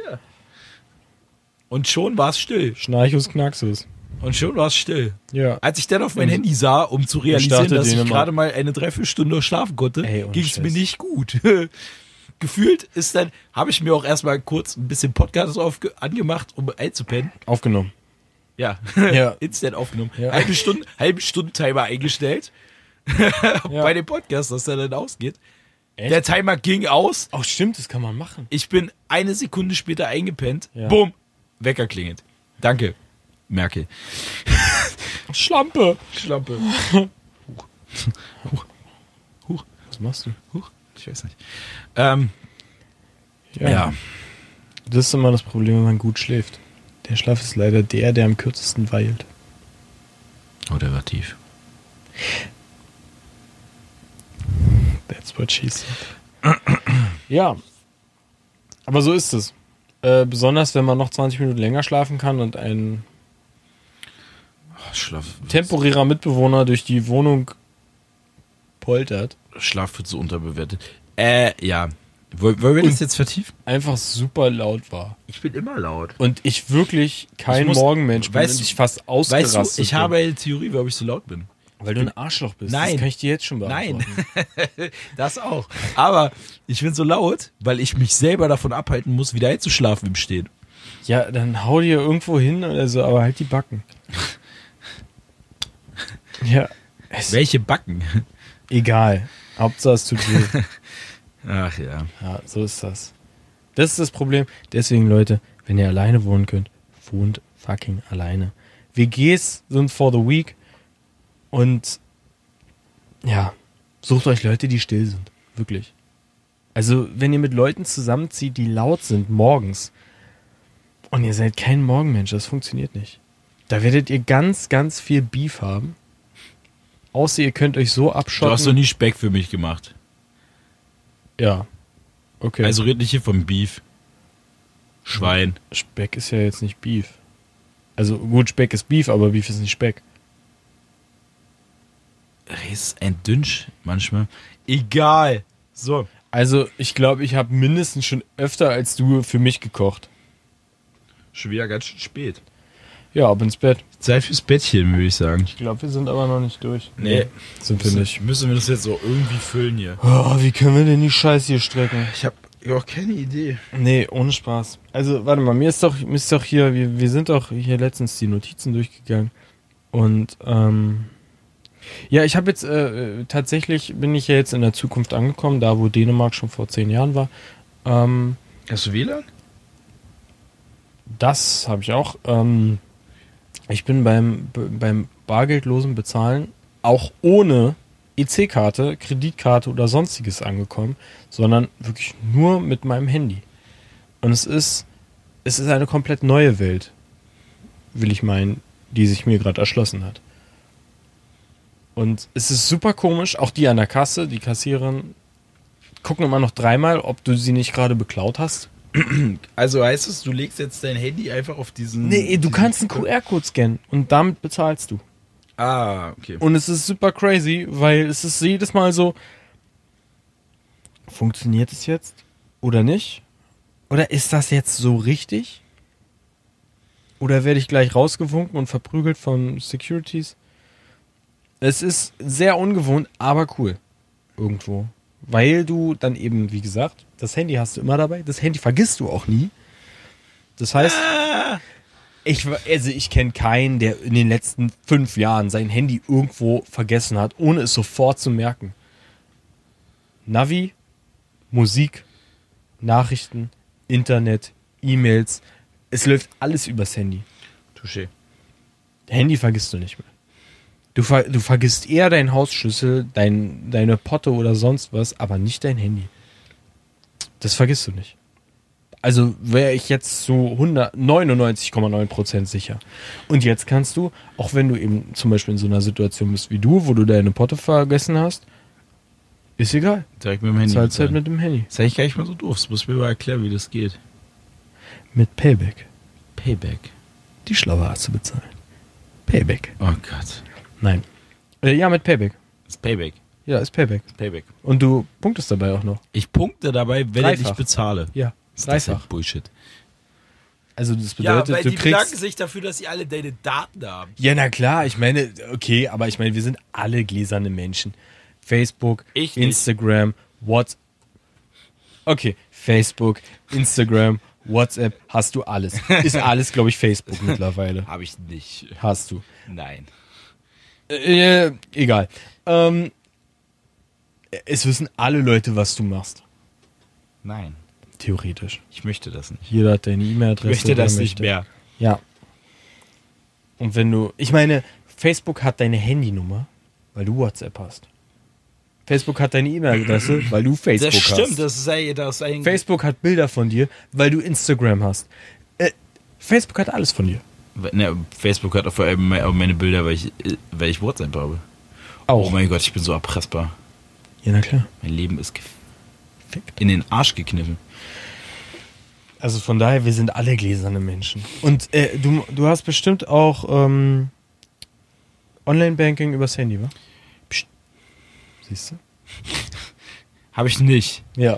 Speaker 1: Und schon war es still.
Speaker 2: Schnarchus Knaxus.
Speaker 1: Und schon war es still.
Speaker 2: Ja.
Speaker 1: Als ich dann auf mein Handy sah, um zu realisieren,
Speaker 2: starte
Speaker 1: dass
Speaker 2: den
Speaker 1: ich
Speaker 2: immer.
Speaker 1: gerade mal eine Dreiviertelstunde schlafen konnte,
Speaker 2: Ey, ohne
Speaker 1: ging es mir
Speaker 2: Scheiß.
Speaker 1: nicht gut. Gefühlt ist dann, habe ich mir auch erstmal kurz ein bisschen Podcast aufge angemacht, um einzupennen.
Speaker 2: Aufgenommen.
Speaker 1: Ja,
Speaker 2: Ja.
Speaker 1: instant aufgenommen.
Speaker 2: Ja.
Speaker 1: Halbe Stunde, halben Stunden-Timer eingestellt. Bei dem Podcast, dass der dann ausgeht.
Speaker 2: Echt?
Speaker 1: Der Timer ging aus.
Speaker 2: Ach stimmt, das kann man machen.
Speaker 1: Ich bin eine Sekunde später eingepennt.
Speaker 2: Ja.
Speaker 1: Bumm. Wecker klingelt. Danke, Merkel.
Speaker 2: Schlampe.
Speaker 1: Schlampe.
Speaker 2: Was machst du?
Speaker 1: Huch, ich weiß nicht. Ähm, ja.
Speaker 2: Das ist immer das Problem, wenn man gut schläft. Der Schlaf ist leider der, der am kürzesten weilt.
Speaker 1: Oh, der war tief.
Speaker 2: That's what she said. ja. Aber so ist es. Äh, besonders, wenn man noch 20 Minuten länger schlafen kann und ein
Speaker 1: Schlaf,
Speaker 2: temporärer Mitbewohner durch die Wohnung poltert.
Speaker 1: Schlaf wird so unterbewertet. Äh, ja. Wollen wollen wir das jetzt vertiefen?
Speaker 2: Einfach super laut war.
Speaker 1: Ich bin immer laut.
Speaker 2: Und ich wirklich kein
Speaker 1: Ich muss-
Speaker 2: Morgenmensch bin
Speaker 1: weißt
Speaker 2: und
Speaker 1: du-
Speaker 2: ich fast ausgerastet
Speaker 1: Weißt du, ich
Speaker 2: bin.
Speaker 1: habe eine Theorie, warum ich so laut bin.
Speaker 2: Weil du ein Arschloch bist.
Speaker 1: Nein.
Speaker 2: Das kann ich dir jetzt schon beantworten.
Speaker 1: Nein. Das auch. Aber ich bin so laut, weil ich mich selber davon abhalten muss, wieder einzuschlafen im Stehen.
Speaker 2: Ja, dann hau dir irgendwo hin oder so, aber halt die Backen. ja, ist
Speaker 1: Welche Backen?
Speaker 2: egal. Hauptsache es tut weh.
Speaker 1: Ach ja.
Speaker 2: Ja, so ist das. Das ist das Problem. Deswegen, Leute, wenn ihr alleine wohnen könnt, wohnt fucking alleine. WGs sind for the week und ja, sucht euch Leute, die still sind. Wirklich. Also, wenn ihr mit Leuten zusammenzieht, die laut sind morgens und ihr seid kein Morgenmensch, das funktioniert nicht. Da werdet ihr ganz, ganz viel Beef haben. Außer ihr könnt euch so
Speaker 1: Du hast
Speaker 2: abschotten.
Speaker 1: doch nie Speck für mich gemacht.
Speaker 2: ja. Okay.
Speaker 1: Also red nicht hier vom Beef. Schwein.
Speaker 2: Speck ist ja jetzt nicht Beef. Also gut, Speck ist Beef, aber Beef ist nicht Speck.
Speaker 1: Res ein Dünsch manchmal. Egal. So.
Speaker 2: Also ich glaube, ich habe mindestens schon öfter als du für mich gekocht.
Speaker 1: Schon wieder ganz schön spät.
Speaker 2: Ja, ab ins Bett.
Speaker 1: Zeit fürs Bettchen, würde ich sagen.
Speaker 2: Ich glaube, wir sind aber noch nicht durch.
Speaker 1: Nee,
Speaker 2: Sind wir
Speaker 1: finde
Speaker 2: nicht.
Speaker 1: ich. Müssen wir das jetzt so irgendwie füllen hier?
Speaker 2: Oh, wie können wir denn die Scheiße hier strecken?
Speaker 1: Ich habe auch keine Idee.
Speaker 2: Nee, ohne Spaß. Also, warte mal, mir ist doch, mir ist doch hier, wir, wir sind doch hier letztens die Notizen durchgegangen. Und, ähm, ja, ich habe jetzt, äh, äh, tatsächlich bin ich ja jetzt in der Zukunft angekommen, da wo Dänemark schon vor zehn Jahren war. Ähm,
Speaker 1: Hast du WLAN?
Speaker 2: das habe ich auch. Ähm, ich bin beim, beim bargeldlosen Bezahlen auch ohne EC-Karte, Kreditkarte oder sonstiges angekommen, sondern wirklich nur mit meinem Handy. Und es ist, es ist eine komplett neue Welt, will ich meinen, die sich mir gerade erschlossen hat. Und es ist super komisch, auch die an der Kasse, die Kassiererin, gucken immer noch dreimal, ob du sie nicht gerade beklaut hast.
Speaker 1: Also heißt es, du legst jetzt dein Handy einfach auf diesen.
Speaker 2: Nee, du
Speaker 1: diesen-
Speaker 2: kannst einen QR-Code scannen und damit bezahlst du.
Speaker 1: Ah, okay.
Speaker 2: Und es ist super crazy, weil es ist jedes Mal so, funktioniert es jetzt oder nicht? Oder ist das jetzt so richtig? Oder werde ich gleich rausgewunken und verprügelt von Securities? Es ist sehr ungewohnt, aber cool. Irgendwo. Weil du dann eben, wie gesagt, das Handy hast du immer dabei. Das Handy vergisst du auch nie. Das heißt, ich, wa- also ich kenne keinen, der in den letzten fünf Jahren sein Handy irgendwo vergessen hat, ohne es sofort zu merken. Navi, Musik, Nachrichten, Internet, E-Mails, es läuft alles übers Handy.
Speaker 1: Touché.
Speaker 2: Handy vergisst du nicht mehr. Du, ver du vergisst eher deinen Hausschlüssel, dein, deine Potte oder sonst was, aber nicht dein Handy. Das vergisst du nicht. Also wäre ich jetzt zu 99,9% sicher. Und jetzt kannst du, auch wenn du eben zum Beispiel in so einer Situation bist wie du, wo du deine Potte vergessen hast, ist egal.
Speaker 1: Direkt mit dem Handy.
Speaker 2: Zahlst halt
Speaker 1: bezahlen.
Speaker 2: mit dem Handy.
Speaker 1: Das ist eigentlich gar nicht mal so doof. Das muss mir mal erklären, wie das geht.
Speaker 2: Mit Payback.
Speaker 1: Payback.
Speaker 2: Die schlaue Art zu bezahlen. Payback.
Speaker 1: Oh Gott.
Speaker 2: Nein. Äh, ja, mit Payback.
Speaker 1: Das ist Payback.
Speaker 2: Ja, ist Payback.
Speaker 1: Payback.
Speaker 2: Und du punktest dabei auch noch.
Speaker 1: Ich punkte dabei, wenn
Speaker 2: Dreifach.
Speaker 1: ich nicht bezahle.
Speaker 2: Ja,
Speaker 1: Das ist
Speaker 2: dreifach.
Speaker 1: halt Bullshit.
Speaker 2: Also das bedeutet, du kriegst.
Speaker 1: sich dafür, dass sie alle deine Daten haben.
Speaker 2: Ja, na klar, ich meine, okay, aber ich meine, wir sind alle gläserne Menschen. Facebook,
Speaker 1: Ich nicht.
Speaker 2: Instagram, WhatsApp. Okay, Facebook, Instagram, WhatsApp, hast du alles. Ist alles, glaube ich, Facebook mittlerweile.
Speaker 1: Habe ich nicht.
Speaker 2: Hast du.
Speaker 1: Nein.
Speaker 2: Äh, egal. Ähm, es wissen alle Leute, was du machst.
Speaker 1: Nein.
Speaker 2: Theoretisch.
Speaker 1: Ich möchte das nicht.
Speaker 2: Jeder hat deine E-Mail-Adresse. wer möchte.
Speaker 1: mehr.
Speaker 2: Ja. Und wenn du, ich meine, Facebook hat deine Handynummer, weil du WhatsApp hast. Facebook hat deine E-Mail-Adresse, weil du Facebook
Speaker 1: Das stimmt.
Speaker 2: hast.
Speaker 1: Das ist ein, das ist ein
Speaker 2: Facebook hat Bilder von dir, weil du Instagram hast. Äh, Facebook hat alles von dir.
Speaker 1: Ne, Facebook hat auch vor allem me- auch meine Bilder, weil ich, äh, weil ich WhatsApp habe. Oh
Speaker 2: Auch.
Speaker 1: mein Gott, ich bin so erpressbar.
Speaker 2: ja, na klar.
Speaker 1: Mein Leben ist gef- in den Arsch gekniffen.
Speaker 2: Also von daher, wir sind alle gläserne Menschen. Und äh, du, du hast bestimmt auch ähm, Online-Banking übers Handy, wa?
Speaker 1: Psst.
Speaker 2: Siehst du?
Speaker 1: Habe ich nicht.
Speaker 2: Ja.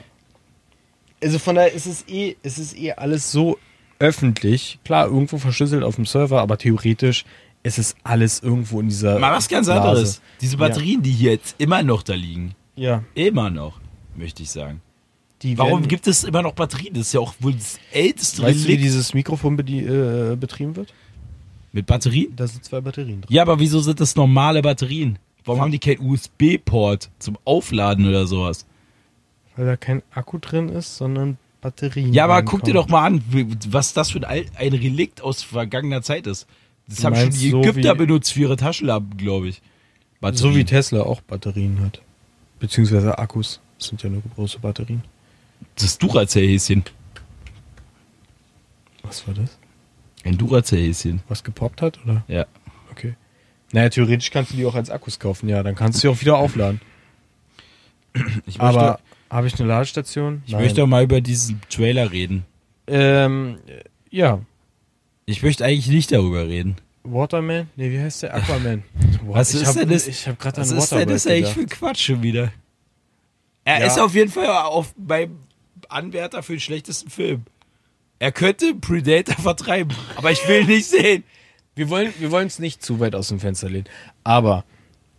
Speaker 2: Also von daher ist es eh, ist es eh alles so öffentlich. Klar, irgendwo verschlüsselt auf dem Server, aber theoretisch ist es alles irgendwo in dieser.
Speaker 1: Mal was ganz
Speaker 2: Blase.
Speaker 1: anderes. Diese Batterien, die hier jetzt immer noch da liegen.
Speaker 2: Ja.
Speaker 1: Immer noch, möchte ich sagen.
Speaker 2: Die
Speaker 1: Warum
Speaker 2: werden-
Speaker 1: gibt es immer noch Batterien? Das ist ja auch wohl das älteste
Speaker 2: Weißt du, wie
Speaker 1: Relikt.
Speaker 2: dieses Mikrofon bedie- äh, betrieben wird?
Speaker 1: Mit Batterien?
Speaker 2: Da sind zwei Batterien drin.
Speaker 1: Ja, aber wieso sind das normale Batterien? Warum haben die keinen USB-Port zum Aufladen oder sowas?
Speaker 2: Weil da kein Akku drin ist, sondern Batterien.
Speaker 1: Ja, aber
Speaker 2: reinkommen.
Speaker 1: guck dir doch mal an, wie- was das für ein, Al- ein Relikt aus vergangener Zeit ist. Das
Speaker 2: Du
Speaker 1: haben schon
Speaker 2: meinst
Speaker 1: die
Speaker 2: so
Speaker 1: Ägypter
Speaker 2: wie-
Speaker 1: benutzt für ihre Taschenlampen, glaube ich.
Speaker 2: So wie
Speaker 1: Batterien.
Speaker 2: Tesla auch Batterien hat. Beziehungsweise Akkus. Das sind ja nur große Batterien.
Speaker 1: das Duracell-Häschen.
Speaker 2: Was war das?
Speaker 1: Ein Duracell-Häschen.
Speaker 2: Was gepoppt hat, oder?
Speaker 1: Ja.
Speaker 2: Okay. Naja, theoretisch kannst du die auch als Akkus kaufen, ja. Dann kannst du sie auch wieder aufladen.
Speaker 1: Ich möchte,
Speaker 2: Aber habe ich eine Ladestation?
Speaker 1: ich möchte auch mal über diesen Trailer reden.
Speaker 2: ähm, ja,
Speaker 1: Ich möchte eigentlich nicht darüber reden.
Speaker 2: Waterman? Nee, wie heißt der? Aquaman. Boah,
Speaker 1: Was
Speaker 2: ich
Speaker 1: ist
Speaker 2: hab,
Speaker 1: denn das-
Speaker 2: Ich habe gerade an
Speaker 1: Was ist denn das
Speaker 2: Waterworld
Speaker 1: eigentlich
Speaker 2: gedacht.
Speaker 1: für Quatsch schon wieder? Er
Speaker 2: Ja.
Speaker 1: ist auf jeden Fall auf, beim Anwärter für den schlechtesten Film. Er könnte Predator vertreiben, aber ich will nicht sehen.
Speaker 2: Wir wollen wir wollen es nicht zu weit aus dem Fenster lehnen. Aber,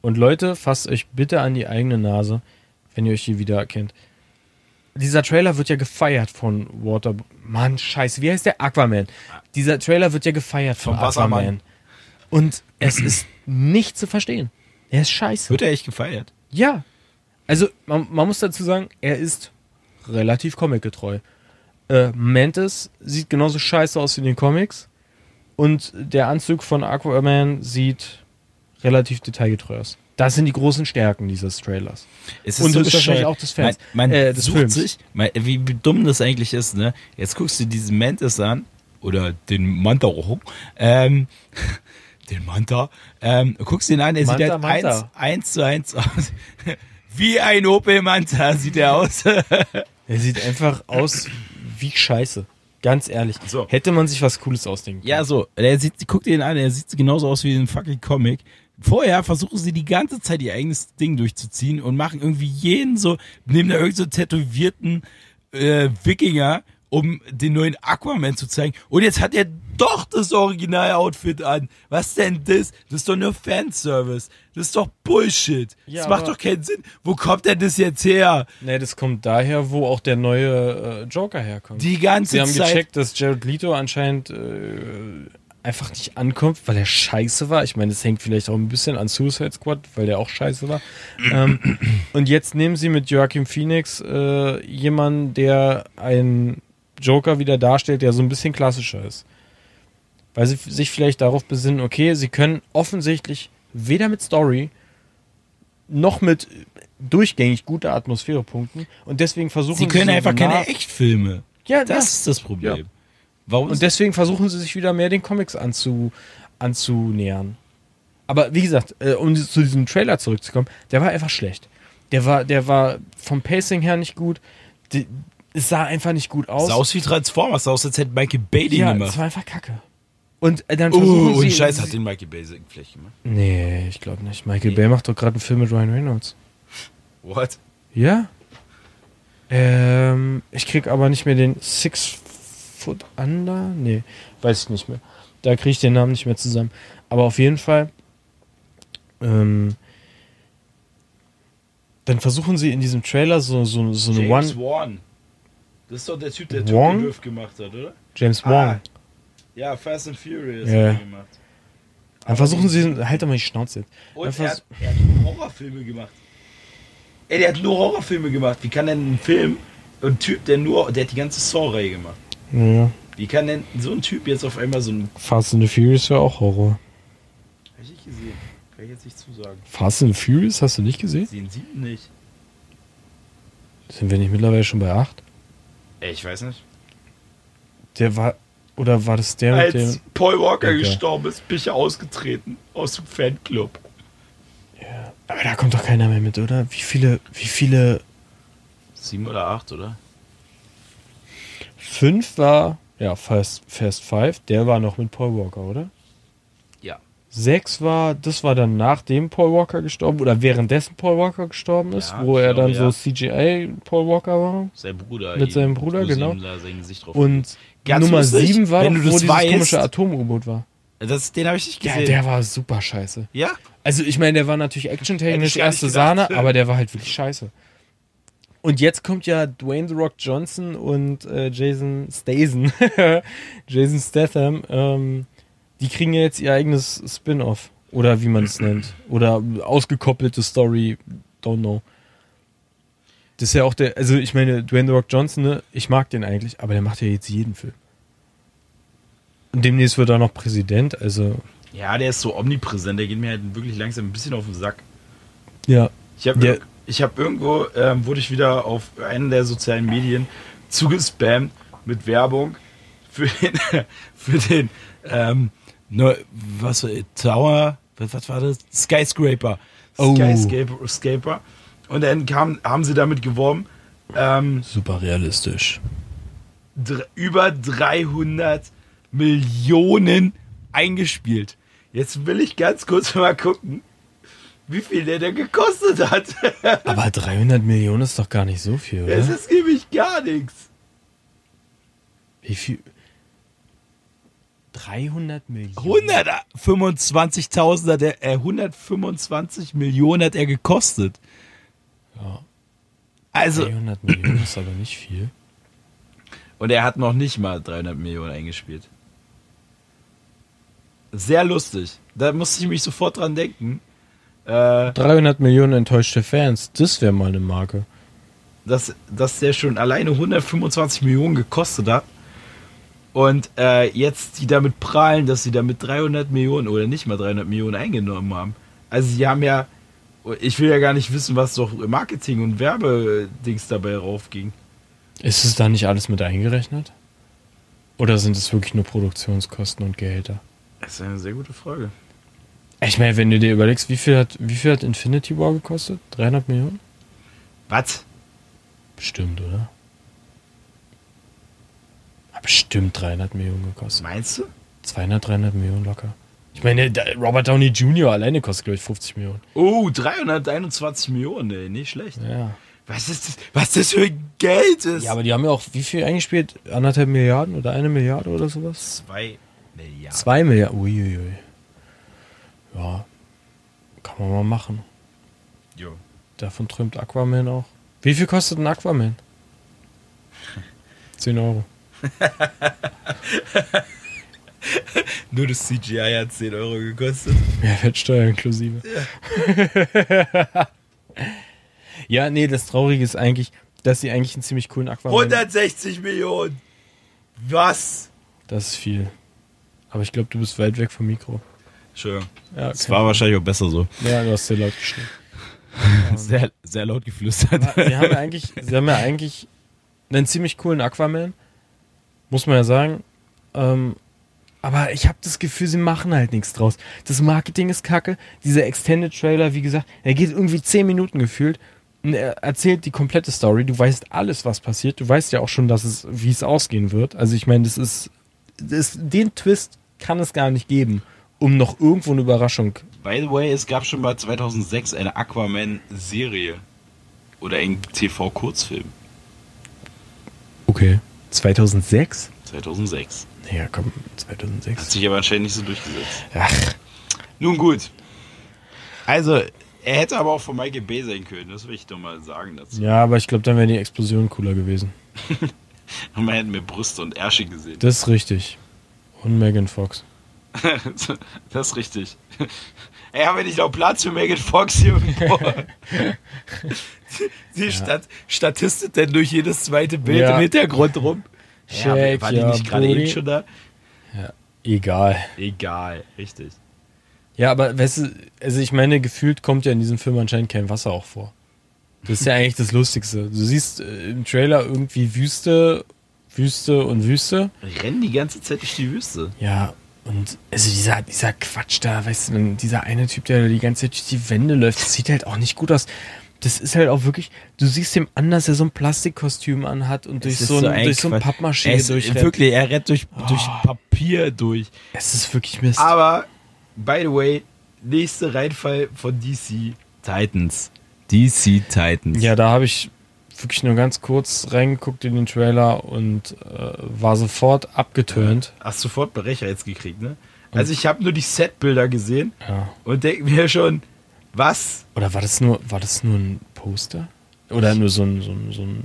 Speaker 2: und Leute, fasst euch bitte an die eigene Nase, wenn ihr euch hier wieder erkennt. Dieser Trailer wird ja gefeiert von Water... Mann, scheiße, wie heißt der? Aquaman. Dieser Trailer wird ja gefeiert von
Speaker 1: Vom Wassermann.
Speaker 2: Aquaman. Und es ist nicht zu verstehen. Er ist scheiße.
Speaker 1: Wird er echt gefeiert?
Speaker 2: Ja. Also, man, man muss dazu sagen, er ist relativ comicgetreu. Äh, Mantis sieht genauso scheiße aus wie in den Comics. Und der Anzug von Aquaman sieht relativ detailgetreu aus. Das sind die großen Stärken dieses Trailers.
Speaker 1: Es
Speaker 2: Und das ist
Speaker 1: bescheuert.
Speaker 2: wahrscheinlich auch des Fans.
Speaker 1: Man, man
Speaker 2: Äh, des
Speaker 1: sucht
Speaker 2: Films.
Speaker 1: sich, man, wie dumm das eigentlich ist, ne? Jetzt guckst du diesen Mantis an, oder den Manta Rojo, ähm, den Manta, ähm, guckst ihn an, er
Speaker 2: Manta,
Speaker 1: sieht halt eins,
Speaker 2: Manta.
Speaker 1: eins zu eins aus. Wie ein Opel Manta sieht er aus.
Speaker 2: Er sieht einfach aus wie scheiße. Ganz ehrlich.
Speaker 1: So.
Speaker 2: Hätte man sich was Cooles ausdenken
Speaker 1: Ja, so. Er sieht, guck dir ihn an, er sieht genauso aus wie in einem fucking Comic. Vorher versuchen sie die ganze Zeit ihr eigenes Ding durchzuziehen und machen irgendwie jeden so, nehmen da irgend so einen tätowierten äh, Wikinger, um den neuen Aquaman zu zeigen. Und jetzt hat er doch das Original-Outfit an. Was denn das? Das ist doch nur Fanservice. Das ist doch Bullshit.
Speaker 2: Ja,
Speaker 1: das macht
Speaker 2: aber-
Speaker 1: doch keinen Sinn. Wo kommt denn das jetzt her?
Speaker 2: Nee, das kommt daher, wo auch der neue äh, Joker herkommt.
Speaker 1: Die ganze
Speaker 2: Sie haben
Speaker 1: Zeit.
Speaker 2: gecheckt, dass Jared Leto anscheinend äh, einfach nicht ankommt, weil er scheiße war. Ich meine, das hängt vielleicht auch ein bisschen an Suicide Squad, weil der auch scheiße war. ähm, und jetzt nehmen sie mit Joachim Phoenix äh, jemanden, der einen Joker wieder darstellt, der so ein bisschen klassischer ist. Weil sie f- sich vielleicht darauf besinnen, okay, sie können offensichtlich weder mit Story noch mit durchgängig guter Atmosphäre punkten und deswegen versuchen
Speaker 1: Sie können
Speaker 2: so
Speaker 1: einfach
Speaker 2: nah-
Speaker 1: keine Echtfilme.
Speaker 2: Ja,
Speaker 1: Das
Speaker 2: ja.
Speaker 1: ist das Problem.
Speaker 2: Ja.
Speaker 1: Warum
Speaker 2: Und deswegen versuchen sie sich wieder mehr den Comics anzu, anzunähern. Aber wie gesagt, äh, um zu diesem Trailer zurückzukommen, der war einfach schlecht. Der war, der war vom Pacing her nicht gut. Die, es sah einfach nicht gut aus.
Speaker 1: Sah aus wie Transformers, sah aus, als hätte Michael Bay den
Speaker 2: ja, es
Speaker 1: gemacht.
Speaker 2: war einfach kacke. Und äh, dann
Speaker 1: Oh,
Speaker 2: versuchen sie...
Speaker 1: und Scheiß hat den Michael Bay vielleicht gemacht.
Speaker 2: Nee, ich glaube nicht. Michael Bay macht doch gerade einen Film mit Ryan Reynolds.
Speaker 1: What?
Speaker 2: Ja? Ähm, ich krieg aber nicht mehr den Six Foot Under? Nee, weiß ich nicht mehr. Da krieg ich den Namen nicht mehr zusammen. Aber auf jeden Fall. Ähm, dann versuchen sie in diesem Trailer so, so, so eine Also One.
Speaker 1: Wan. Das ist doch der Typ, der
Speaker 2: Wan?
Speaker 1: Tokyo Drift gemacht hat, oder?
Speaker 2: James
Speaker 1: Ah,
Speaker 2: Wong.
Speaker 1: Ja, Fast and Furious
Speaker 2: Ja.
Speaker 1: hat er gemacht.
Speaker 2: dann versuchen sie. Halt doch mal die Schnauze jetzt. Dann
Speaker 1: Und er
Speaker 2: vers-
Speaker 1: hat, er hat Horrorfilme gemacht. Ey, der hat nur Horrorfilme gemacht. Wie kann denn ein Film, ein Typ, der nur, der hat die ganze Saw-Reihe gemacht.
Speaker 2: Ja.
Speaker 1: Wie kann denn so ein Typ jetzt auf einmal so ein...
Speaker 2: Fast and the Furious wäre auch Horror.
Speaker 1: Hab ich nicht gesehen. Kann ich jetzt nicht zusagen.
Speaker 2: Fast and the Furious hast du nicht gesehen?
Speaker 1: Den siebten nicht.
Speaker 2: Sind wir nicht mittlerweile schon bei 8?
Speaker 1: Ey, ich weiß nicht.
Speaker 2: Der war. Oder war das der mit dem.
Speaker 1: Als Paul Walker
Speaker 2: Okay.
Speaker 1: gestorben ist, bin ich ausgetreten aus dem Fanclub.
Speaker 2: Aber da kommt doch keiner mehr mit, oder? Wie viele, wie viele?
Speaker 1: Sieben oder acht, oder?
Speaker 2: Fünf war, ja, Fast, Fast Five, der war noch mit Paul Walker, oder?
Speaker 1: Ja.
Speaker 2: Sechs war, das war dann nachdem Paul Walker gestorben oder währenddessen Paul Walker gestorben ist,
Speaker 1: Ja,
Speaker 2: wo
Speaker 1: ich
Speaker 2: er dann
Speaker 1: glaube, ja.
Speaker 2: so CGI Paul Walker war.
Speaker 1: Sein Bruder.
Speaker 2: Mit
Speaker 1: ihm,
Speaker 2: seinem Bruder,
Speaker 1: wo sie
Speaker 2: genau.
Speaker 1: ihm Da sein Gesicht drauf
Speaker 2: Und
Speaker 1: Ganz
Speaker 2: Nummer
Speaker 1: lustig,
Speaker 2: sieben war,
Speaker 1: wenn
Speaker 2: doch,
Speaker 1: du
Speaker 2: wo
Speaker 1: das
Speaker 2: dieses
Speaker 1: weißt.
Speaker 2: komische Atom-U-Boot war.
Speaker 1: das, den habe ich nicht
Speaker 2: Ja,
Speaker 1: gesehen.
Speaker 2: der war super scheiße.
Speaker 1: Ja?
Speaker 2: Also ich meine, der war natürlich actiontechnisch
Speaker 1: Hätte ich gar nicht
Speaker 2: erste
Speaker 1: gedacht.
Speaker 2: Sahne, aber der war halt wirklich scheiße. Und jetzt kommt ja Dwayne The Rock Johnson und äh, Jason Statham, Jason Statham, ähm, die kriegen ja jetzt ihr eigenes Spin-off oder wie man es nennt oder ausgekoppelte Story, don't know. Das ist ja auch der, also ich meine Dwayne The Rock Johnson, ne, ich mag den eigentlich, aber der macht ja jetzt jeden Film. Und demnächst wird er noch Präsident, also
Speaker 1: Ja, der ist so omnipräsent. Der geht mir halt wirklich langsam ein bisschen auf den Sack.
Speaker 2: ja.
Speaker 1: Ich habe
Speaker 2: Der-
Speaker 1: ich hab irgendwo, ähm, wurde ich wieder auf einen der sozialen Medien zugespammt mit Werbung für den, für den ähm, neu, was, war- Tower, was, was war das? Skyscraper.
Speaker 2: Oh.
Speaker 1: Skyscaper. Scraper. Und dann kam, haben sie damit geworben, ähm,
Speaker 2: Super realistisch.
Speaker 1: dr- über 300 Millionen eingespielt. Jetzt will ich ganz kurz mal gucken, wie viel der denn gekostet hat.
Speaker 2: Aber 300 Millionen ist doch gar nicht so viel,
Speaker 1: Es
Speaker 2: oder?
Speaker 1: ist nämlich gar nichts.
Speaker 2: Wie viel? 300 Millionen?
Speaker 1: 125.000 hat er, äh, 125 Millionen hat er gekostet.
Speaker 2: Ja.
Speaker 1: Also,
Speaker 2: 300 Millionen ist aber nicht viel.
Speaker 1: und er hat noch nicht mal 300 Millionen eingespielt. Sehr lustig. Da musste ich mich sofort dran denken. Äh,
Speaker 2: 300 Millionen enttäuschte Fans, das wäre mal eine Marke.
Speaker 1: dass, dass der schon alleine 125 Millionen gekostet hat. Und äh, jetzt die damit prahlen, dass sie damit 300 Millionen oder nicht mal 300 Millionen eingenommen haben. Also sie haben ja, ich will ja gar nicht wissen, was doch im Marketing und Werbedings dabei raufging.
Speaker 2: Ist es da nicht alles mit eingerechnet? Oder sind es wirklich nur Produktionskosten und Gehälter?
Speaker 1: Das ist eine sehr gute Frage.
Speaker 2: Ich meine, wenn du dir überlegst, wie viel hat, wie viel hat Infinity War gekostet? 300 Millionen?
Speaker 1: Was?
Speaker 2: Bestimmt, oder? Hat bestimmt 300 Millionen gekostet.
Speaker 1: Meinst du?
Speaker 2: 200, 300 Millionen locker. Ich meine, da- Robert Downey Jr. alleine kostet, glaube ich, 50 Millionen.
Speaker 1: Oh, 321 Millionen, ey, nicht schlecht.
Speaker 2: Ja.
Speaker 1: Was ist das, was das für ein Geld ist?
Speaker 2: Ja, aber die haben ja auch wie viel eingespielt? Anderthalb Milliarden oder eine Milliarde oder sowas?
Speaker 1: zwei Milliarden.
Speaker 2: Zwei Milliarden. Uiuiui. Ja. Kann man mal machen.
Speaker 1: Jo.
Speaker 2: Davon träumt Aquaman auch. Wie viel kostet ein Aquaman? 10 Euro.
Speaker 1: Nur das CGI hat 10 Euro gekostet.
Speaker 2: Mehrwertsteuer inklusive. Ja. nee, das Traurige ist eigentlich, dass sie eigentlich einen ziemlich coolen Aquaman
Speaker 1: 160 Millionen. Was?
Speaker 2: Das ist viel. Aber ich glaube, du bist weit weg vom Mikro.
Speaker 1: Schön.
Speaker 2: Ja,
Speaker 1: Es war wahrscheinlich auch besser so.
Speaker 2: ja du hast sehr laut geschrieben.
Speaker 1: Sehr, sehr laut geflüstert.
Speaker 2: sie haben ja eigentlich, sie haben ja eigentlich einen ziemlich coolen Aquaman, muss man ja sagen. Ähm, aber ich habe das Gefühl, sie machen halt nichts draus. Das Marketing ist kacke. Dieser Extended Trailer, wie gesagt, er geht irgendwie 10 Minuten gefühlt. Und er erzählt die komplette Story. Du weißt alles, was passiert. Du weißt ja auch schon, dass es, wie es ausgehen wird. Also ich meine, das ist, das, den Twist kann es gar nicht geben, um noch irgendwo eine Überraschung
Speaker 1: By the way, es gab schon mal 2006 eine Aquaman-Serie. Oder einen TV-Kurzfilm.
Speaker 2: Okay. 2006?
Speaker 1: 2006.
Speaker 2: Naja, komm,
Speaker 1: Hat
Speaker 2: 2006.
Speaker 1: sich aber anscheinend nicht so durchgesetzt.
Speaker 2: Ach,
Speaker 1: Nun gut. Also, er hätte aber auch von Michael Bay sein können. Das will ich doch mal sagen dazu.
Speaker 2: ja, aber ich glaube, dann wäre die Explosion cooler gewesen.
Speaker 1: Und man hätte mir Brüste und Ärsche gesehen.
Speaker 2: Das ist richtig. Und Megan Fox.
Speaker 1: Das ist richtig. Ey, haben wir nicht noch Platz für Megan Fox hier? im Chor? Die Stat Statistik denn durch jedes zweite Bild
Speaker 2: Ja.
Speaker 1: im Hintergrund rum. Ja, aber war die
Speaker 2: your
Speaker 1: nicht gerade eben
Speaker 2: booty.
Speaker 1: schon da?
Speaker 2: Egal.
Speaker 1: Egal, richtig.
Speaker 2: Ja, aber weißt du, also ich meine, gefühlt kommt ja in diesem Film anscheinend kein Wasser auch vor. Das ist ja eigentlich das Lustigste. Du siehst äh, im Trailer irgendwie Wüste, Wüste und Wüste.
Speaker 1: Ich renne die ganze Zeit durch die Wüste.
Speaker 2: Ja, und also dieser, dieser Quatsch da, weißt du, dann dieser eine Typ, der die ganze Zeit durch die Wände läuft, das sieht halt auch nicht gut aus. Das ist halt auch wirklich, du siehst dem an, dass er so ein Plastikkostüm anhat und durch
Speaker 1: Es ist
Speaker 2: so, ein,
Speaker 1: ein
Speaker 2: durch so ein
Speaker 1: Quatsch.
Speaker 2: Pappmaché
Speaker 1: Es-
Speaker 2: durchrennt.
Speaker 1: Wirklich, er rennt durch, durch Papier durch.
Speaker 2: Es ist wirklich Mist.
Speaker 1: Aber, by the way, nächster Reinfall von DC. Titans. DC Titans.
Speaker 2: ja, da habe ich wirklich nur ganz kurz reingeguckt in den Trailer und äh, war sofort abgetönt.
Speaker 1: Hast sofort Berecher jetzt gekriegt, ne? Also ich habe nur die Setbilder gesehen
Speaker 2: Ja.
Speaker 1: und denke mir schon, was?
Speaker 2: Oder war das nur, war das nur ein Poster? Oder nur so ein, so ein, so ein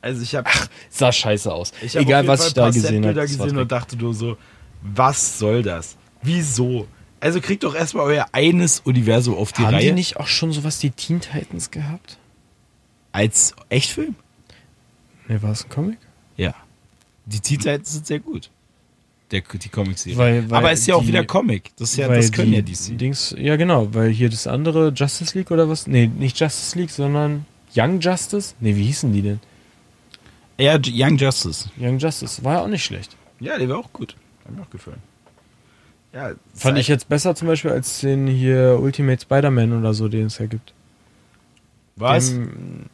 Speaker 1: Also ich habe
Speaker 2: sah scheiße aus.
Speaker 1: ich hab
Speaker 2: Egal,
Speaker 1: auf jeden
Speaker 2: was
Speaker 1: Fall
Speaker 2: ich
Speaker 1: ein
Speaker 2: da
Speaker 1: paar
Speaker 2: gesehen habe.
Speaker 1: Setbilder
Speaker 2: das war
Speaker 1: gesehen und dachte nur so, was soll das? Wieso? Also kriegt doch erstmal euer eines Universum auf die
Speaker 2: Haben
Speaker 1: Reihe
Speaker 2: die nicht auch schon sowas die Teen Titans gehabt?
Speaker 1: als Echtfilm?
Speaker 2: Ne, war es ein Comic?
Speaker 1: Ja. Die Teen Titans sind sehr gut. Der, die Comic-Serie.
Speaker 2: Weil- weil
Speaker 1: Aber es ist ja auch
Speaker 2: die-
Speaker 1: wieder Comic. Das, ist ja, das können ja DC.
Speaker 2: Dings, ja, genau, weil hier das andere Justice League oder was? Nee, nicht Justice League, sondern Young Justice? Nee, wie hießen die denn?
Speaker 1: Ja, Young Justice.
Speaker 2: Young Justice war ja auch nicht schlecht.
Speaker 1: Ja, der war auch gut. Hat mir auch gefallen. Ja,
Speaker 2: Fand ich jetzt besser zum Beispiel als den hier Ultimate Spider-Man oder so, den es ja gibt.
Speaker 1: Was?
Speaker 2: Dem,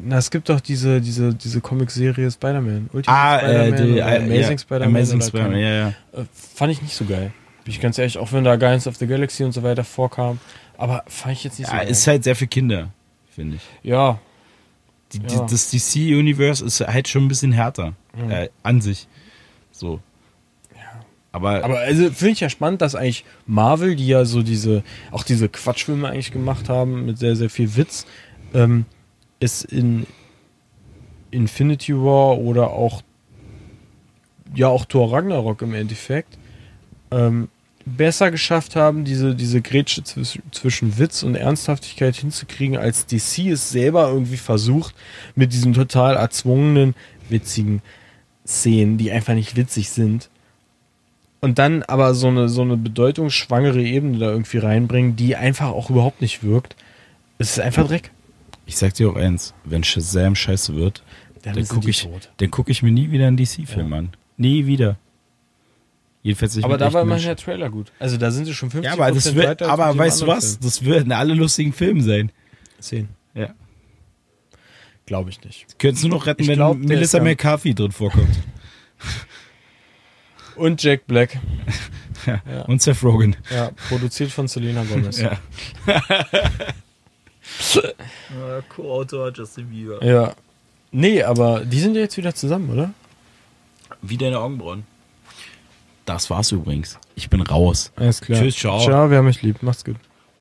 Speaker 2: Na, es gibt doch diese, diese, diese Comic-Serie Spider-Man. Ultimate
Speaker 3: Ah, äh,
Speaker 2: Spider-Man
Speaker 3: die,
Speaker 2: oder
Speaker 3: äh,
Speaker 2: Amazing
Speaker 3: ja,
Speaker 2: Spider-Man.
Speaker 3: Amazing
Speaker 2: oder keine
Speaker 3: Spider-Man, ja, ja.
Speaker 2: Äh, fand ich nicht so geil. Bin ich ganz ehrlich, auch wenn da Guardians of the Galaxy und so weiter vorkam. Aber fand ich jetzt nicht
Speaker 3: ja
Speaker 2: so
Speaker 3: ist
Speaker 2: geil.
Speaker 3: halt sehr für Kinder, finde ich.
Speaker 2: Ja,
Speaker 3: Die,
Speaker 2: Ja.
Speaker 3: die, das DC-Universe ist halt schon ein bisschen härter
Speaker 1: Mhm.
Speaker 3: äh, an sich. So. Aber,
Speaker 2: aber also finde ich ja spannend, dass eigentlich Marvel, die ja so diese, auch diese Quatschfilme eigentlich gemacht haben mit sehr, sehr viel Witz, ähm, ist in Infinity War oder auch ja auch Thor Ragnarok im Endeffekt ähm, besser geschafft haben, diese, diese Grätsche zwis- zwischen Witz und Ernsthaftigkeit hinzukriegen, als DC es selber irgendwie versucht, mit diesen total erzwungenen, witzigen Szenen, die einfach nicht witzig sind. Und dann aber so eine, so eine bedeutungsschwangere Ebene da irgendwie reinbringen, die einfach auch überhaupt nicht wirkt. Es ist einfach Dreck.
Speaker 3: ich sag dir auch eins, wenn Shazam scheiße wird,
Speaker 2: Dann
Speaker 3: dann
Speaker 2: sind
Speaker 3: gucke
Speaker 2: die
Speaker 3: ich,
Speaker 2: tot.
Speaker 3: dann guck ich mir nie wieder einen DC-Film an. Nie wieder. Jedenfalls nicht
Speaker 2: Aber
Speaker 3: mit
Speaker 2: da
Speaker 3: echten
Speaker 2: war immerhin
Speaker 3: Menschen.
Speaker 2: der Trailer gut. Also da sind sie schon 50%
Speaker 3: Ja, aber das wird,
Speaker 2: weiter als mit
Speaker 3: aber
Speaker 2: dem
Speaker 3: weißt du
Speaker 2: anderen
Speaker 3: was?
Speaker 2: Film.
Speaker 3: Das werden alle lustigen Filme sein.
Speaker 2: Zehn.
Speaker 3: Ja.
Speaker 2: Glaube ich nicht.
Speaker 3: Könntest du noch retten,
Speaker 2: Ich
Speaker 3: wenn
Speaker 2: glaub, der
Speaker 3: Melissa
Speaker 2: ist ja-
Speaker 3: McCarthy drin vorkommt.
Speaker 2: Und Jack Black.
Speaker 3: Ja. Und Seth Rogen.
Speaker 2: Ja, produziert von Selena Gomez.
Speaker 3: Ja.
Speaker 1: Co-Autor Justin Bieber.
Speaker 2: ja. Nee, aber die sind ja jetzt wieder zusammen, oder?
Speaker 3: Wie deine Augenbrauen. Das war's übrigens. Ich bin raus.
Speaker 2: Alles
Speaker 3: Tschüss, ciao.
Speaker 2: Ciao, wir haben euch lieb. Macht's gut.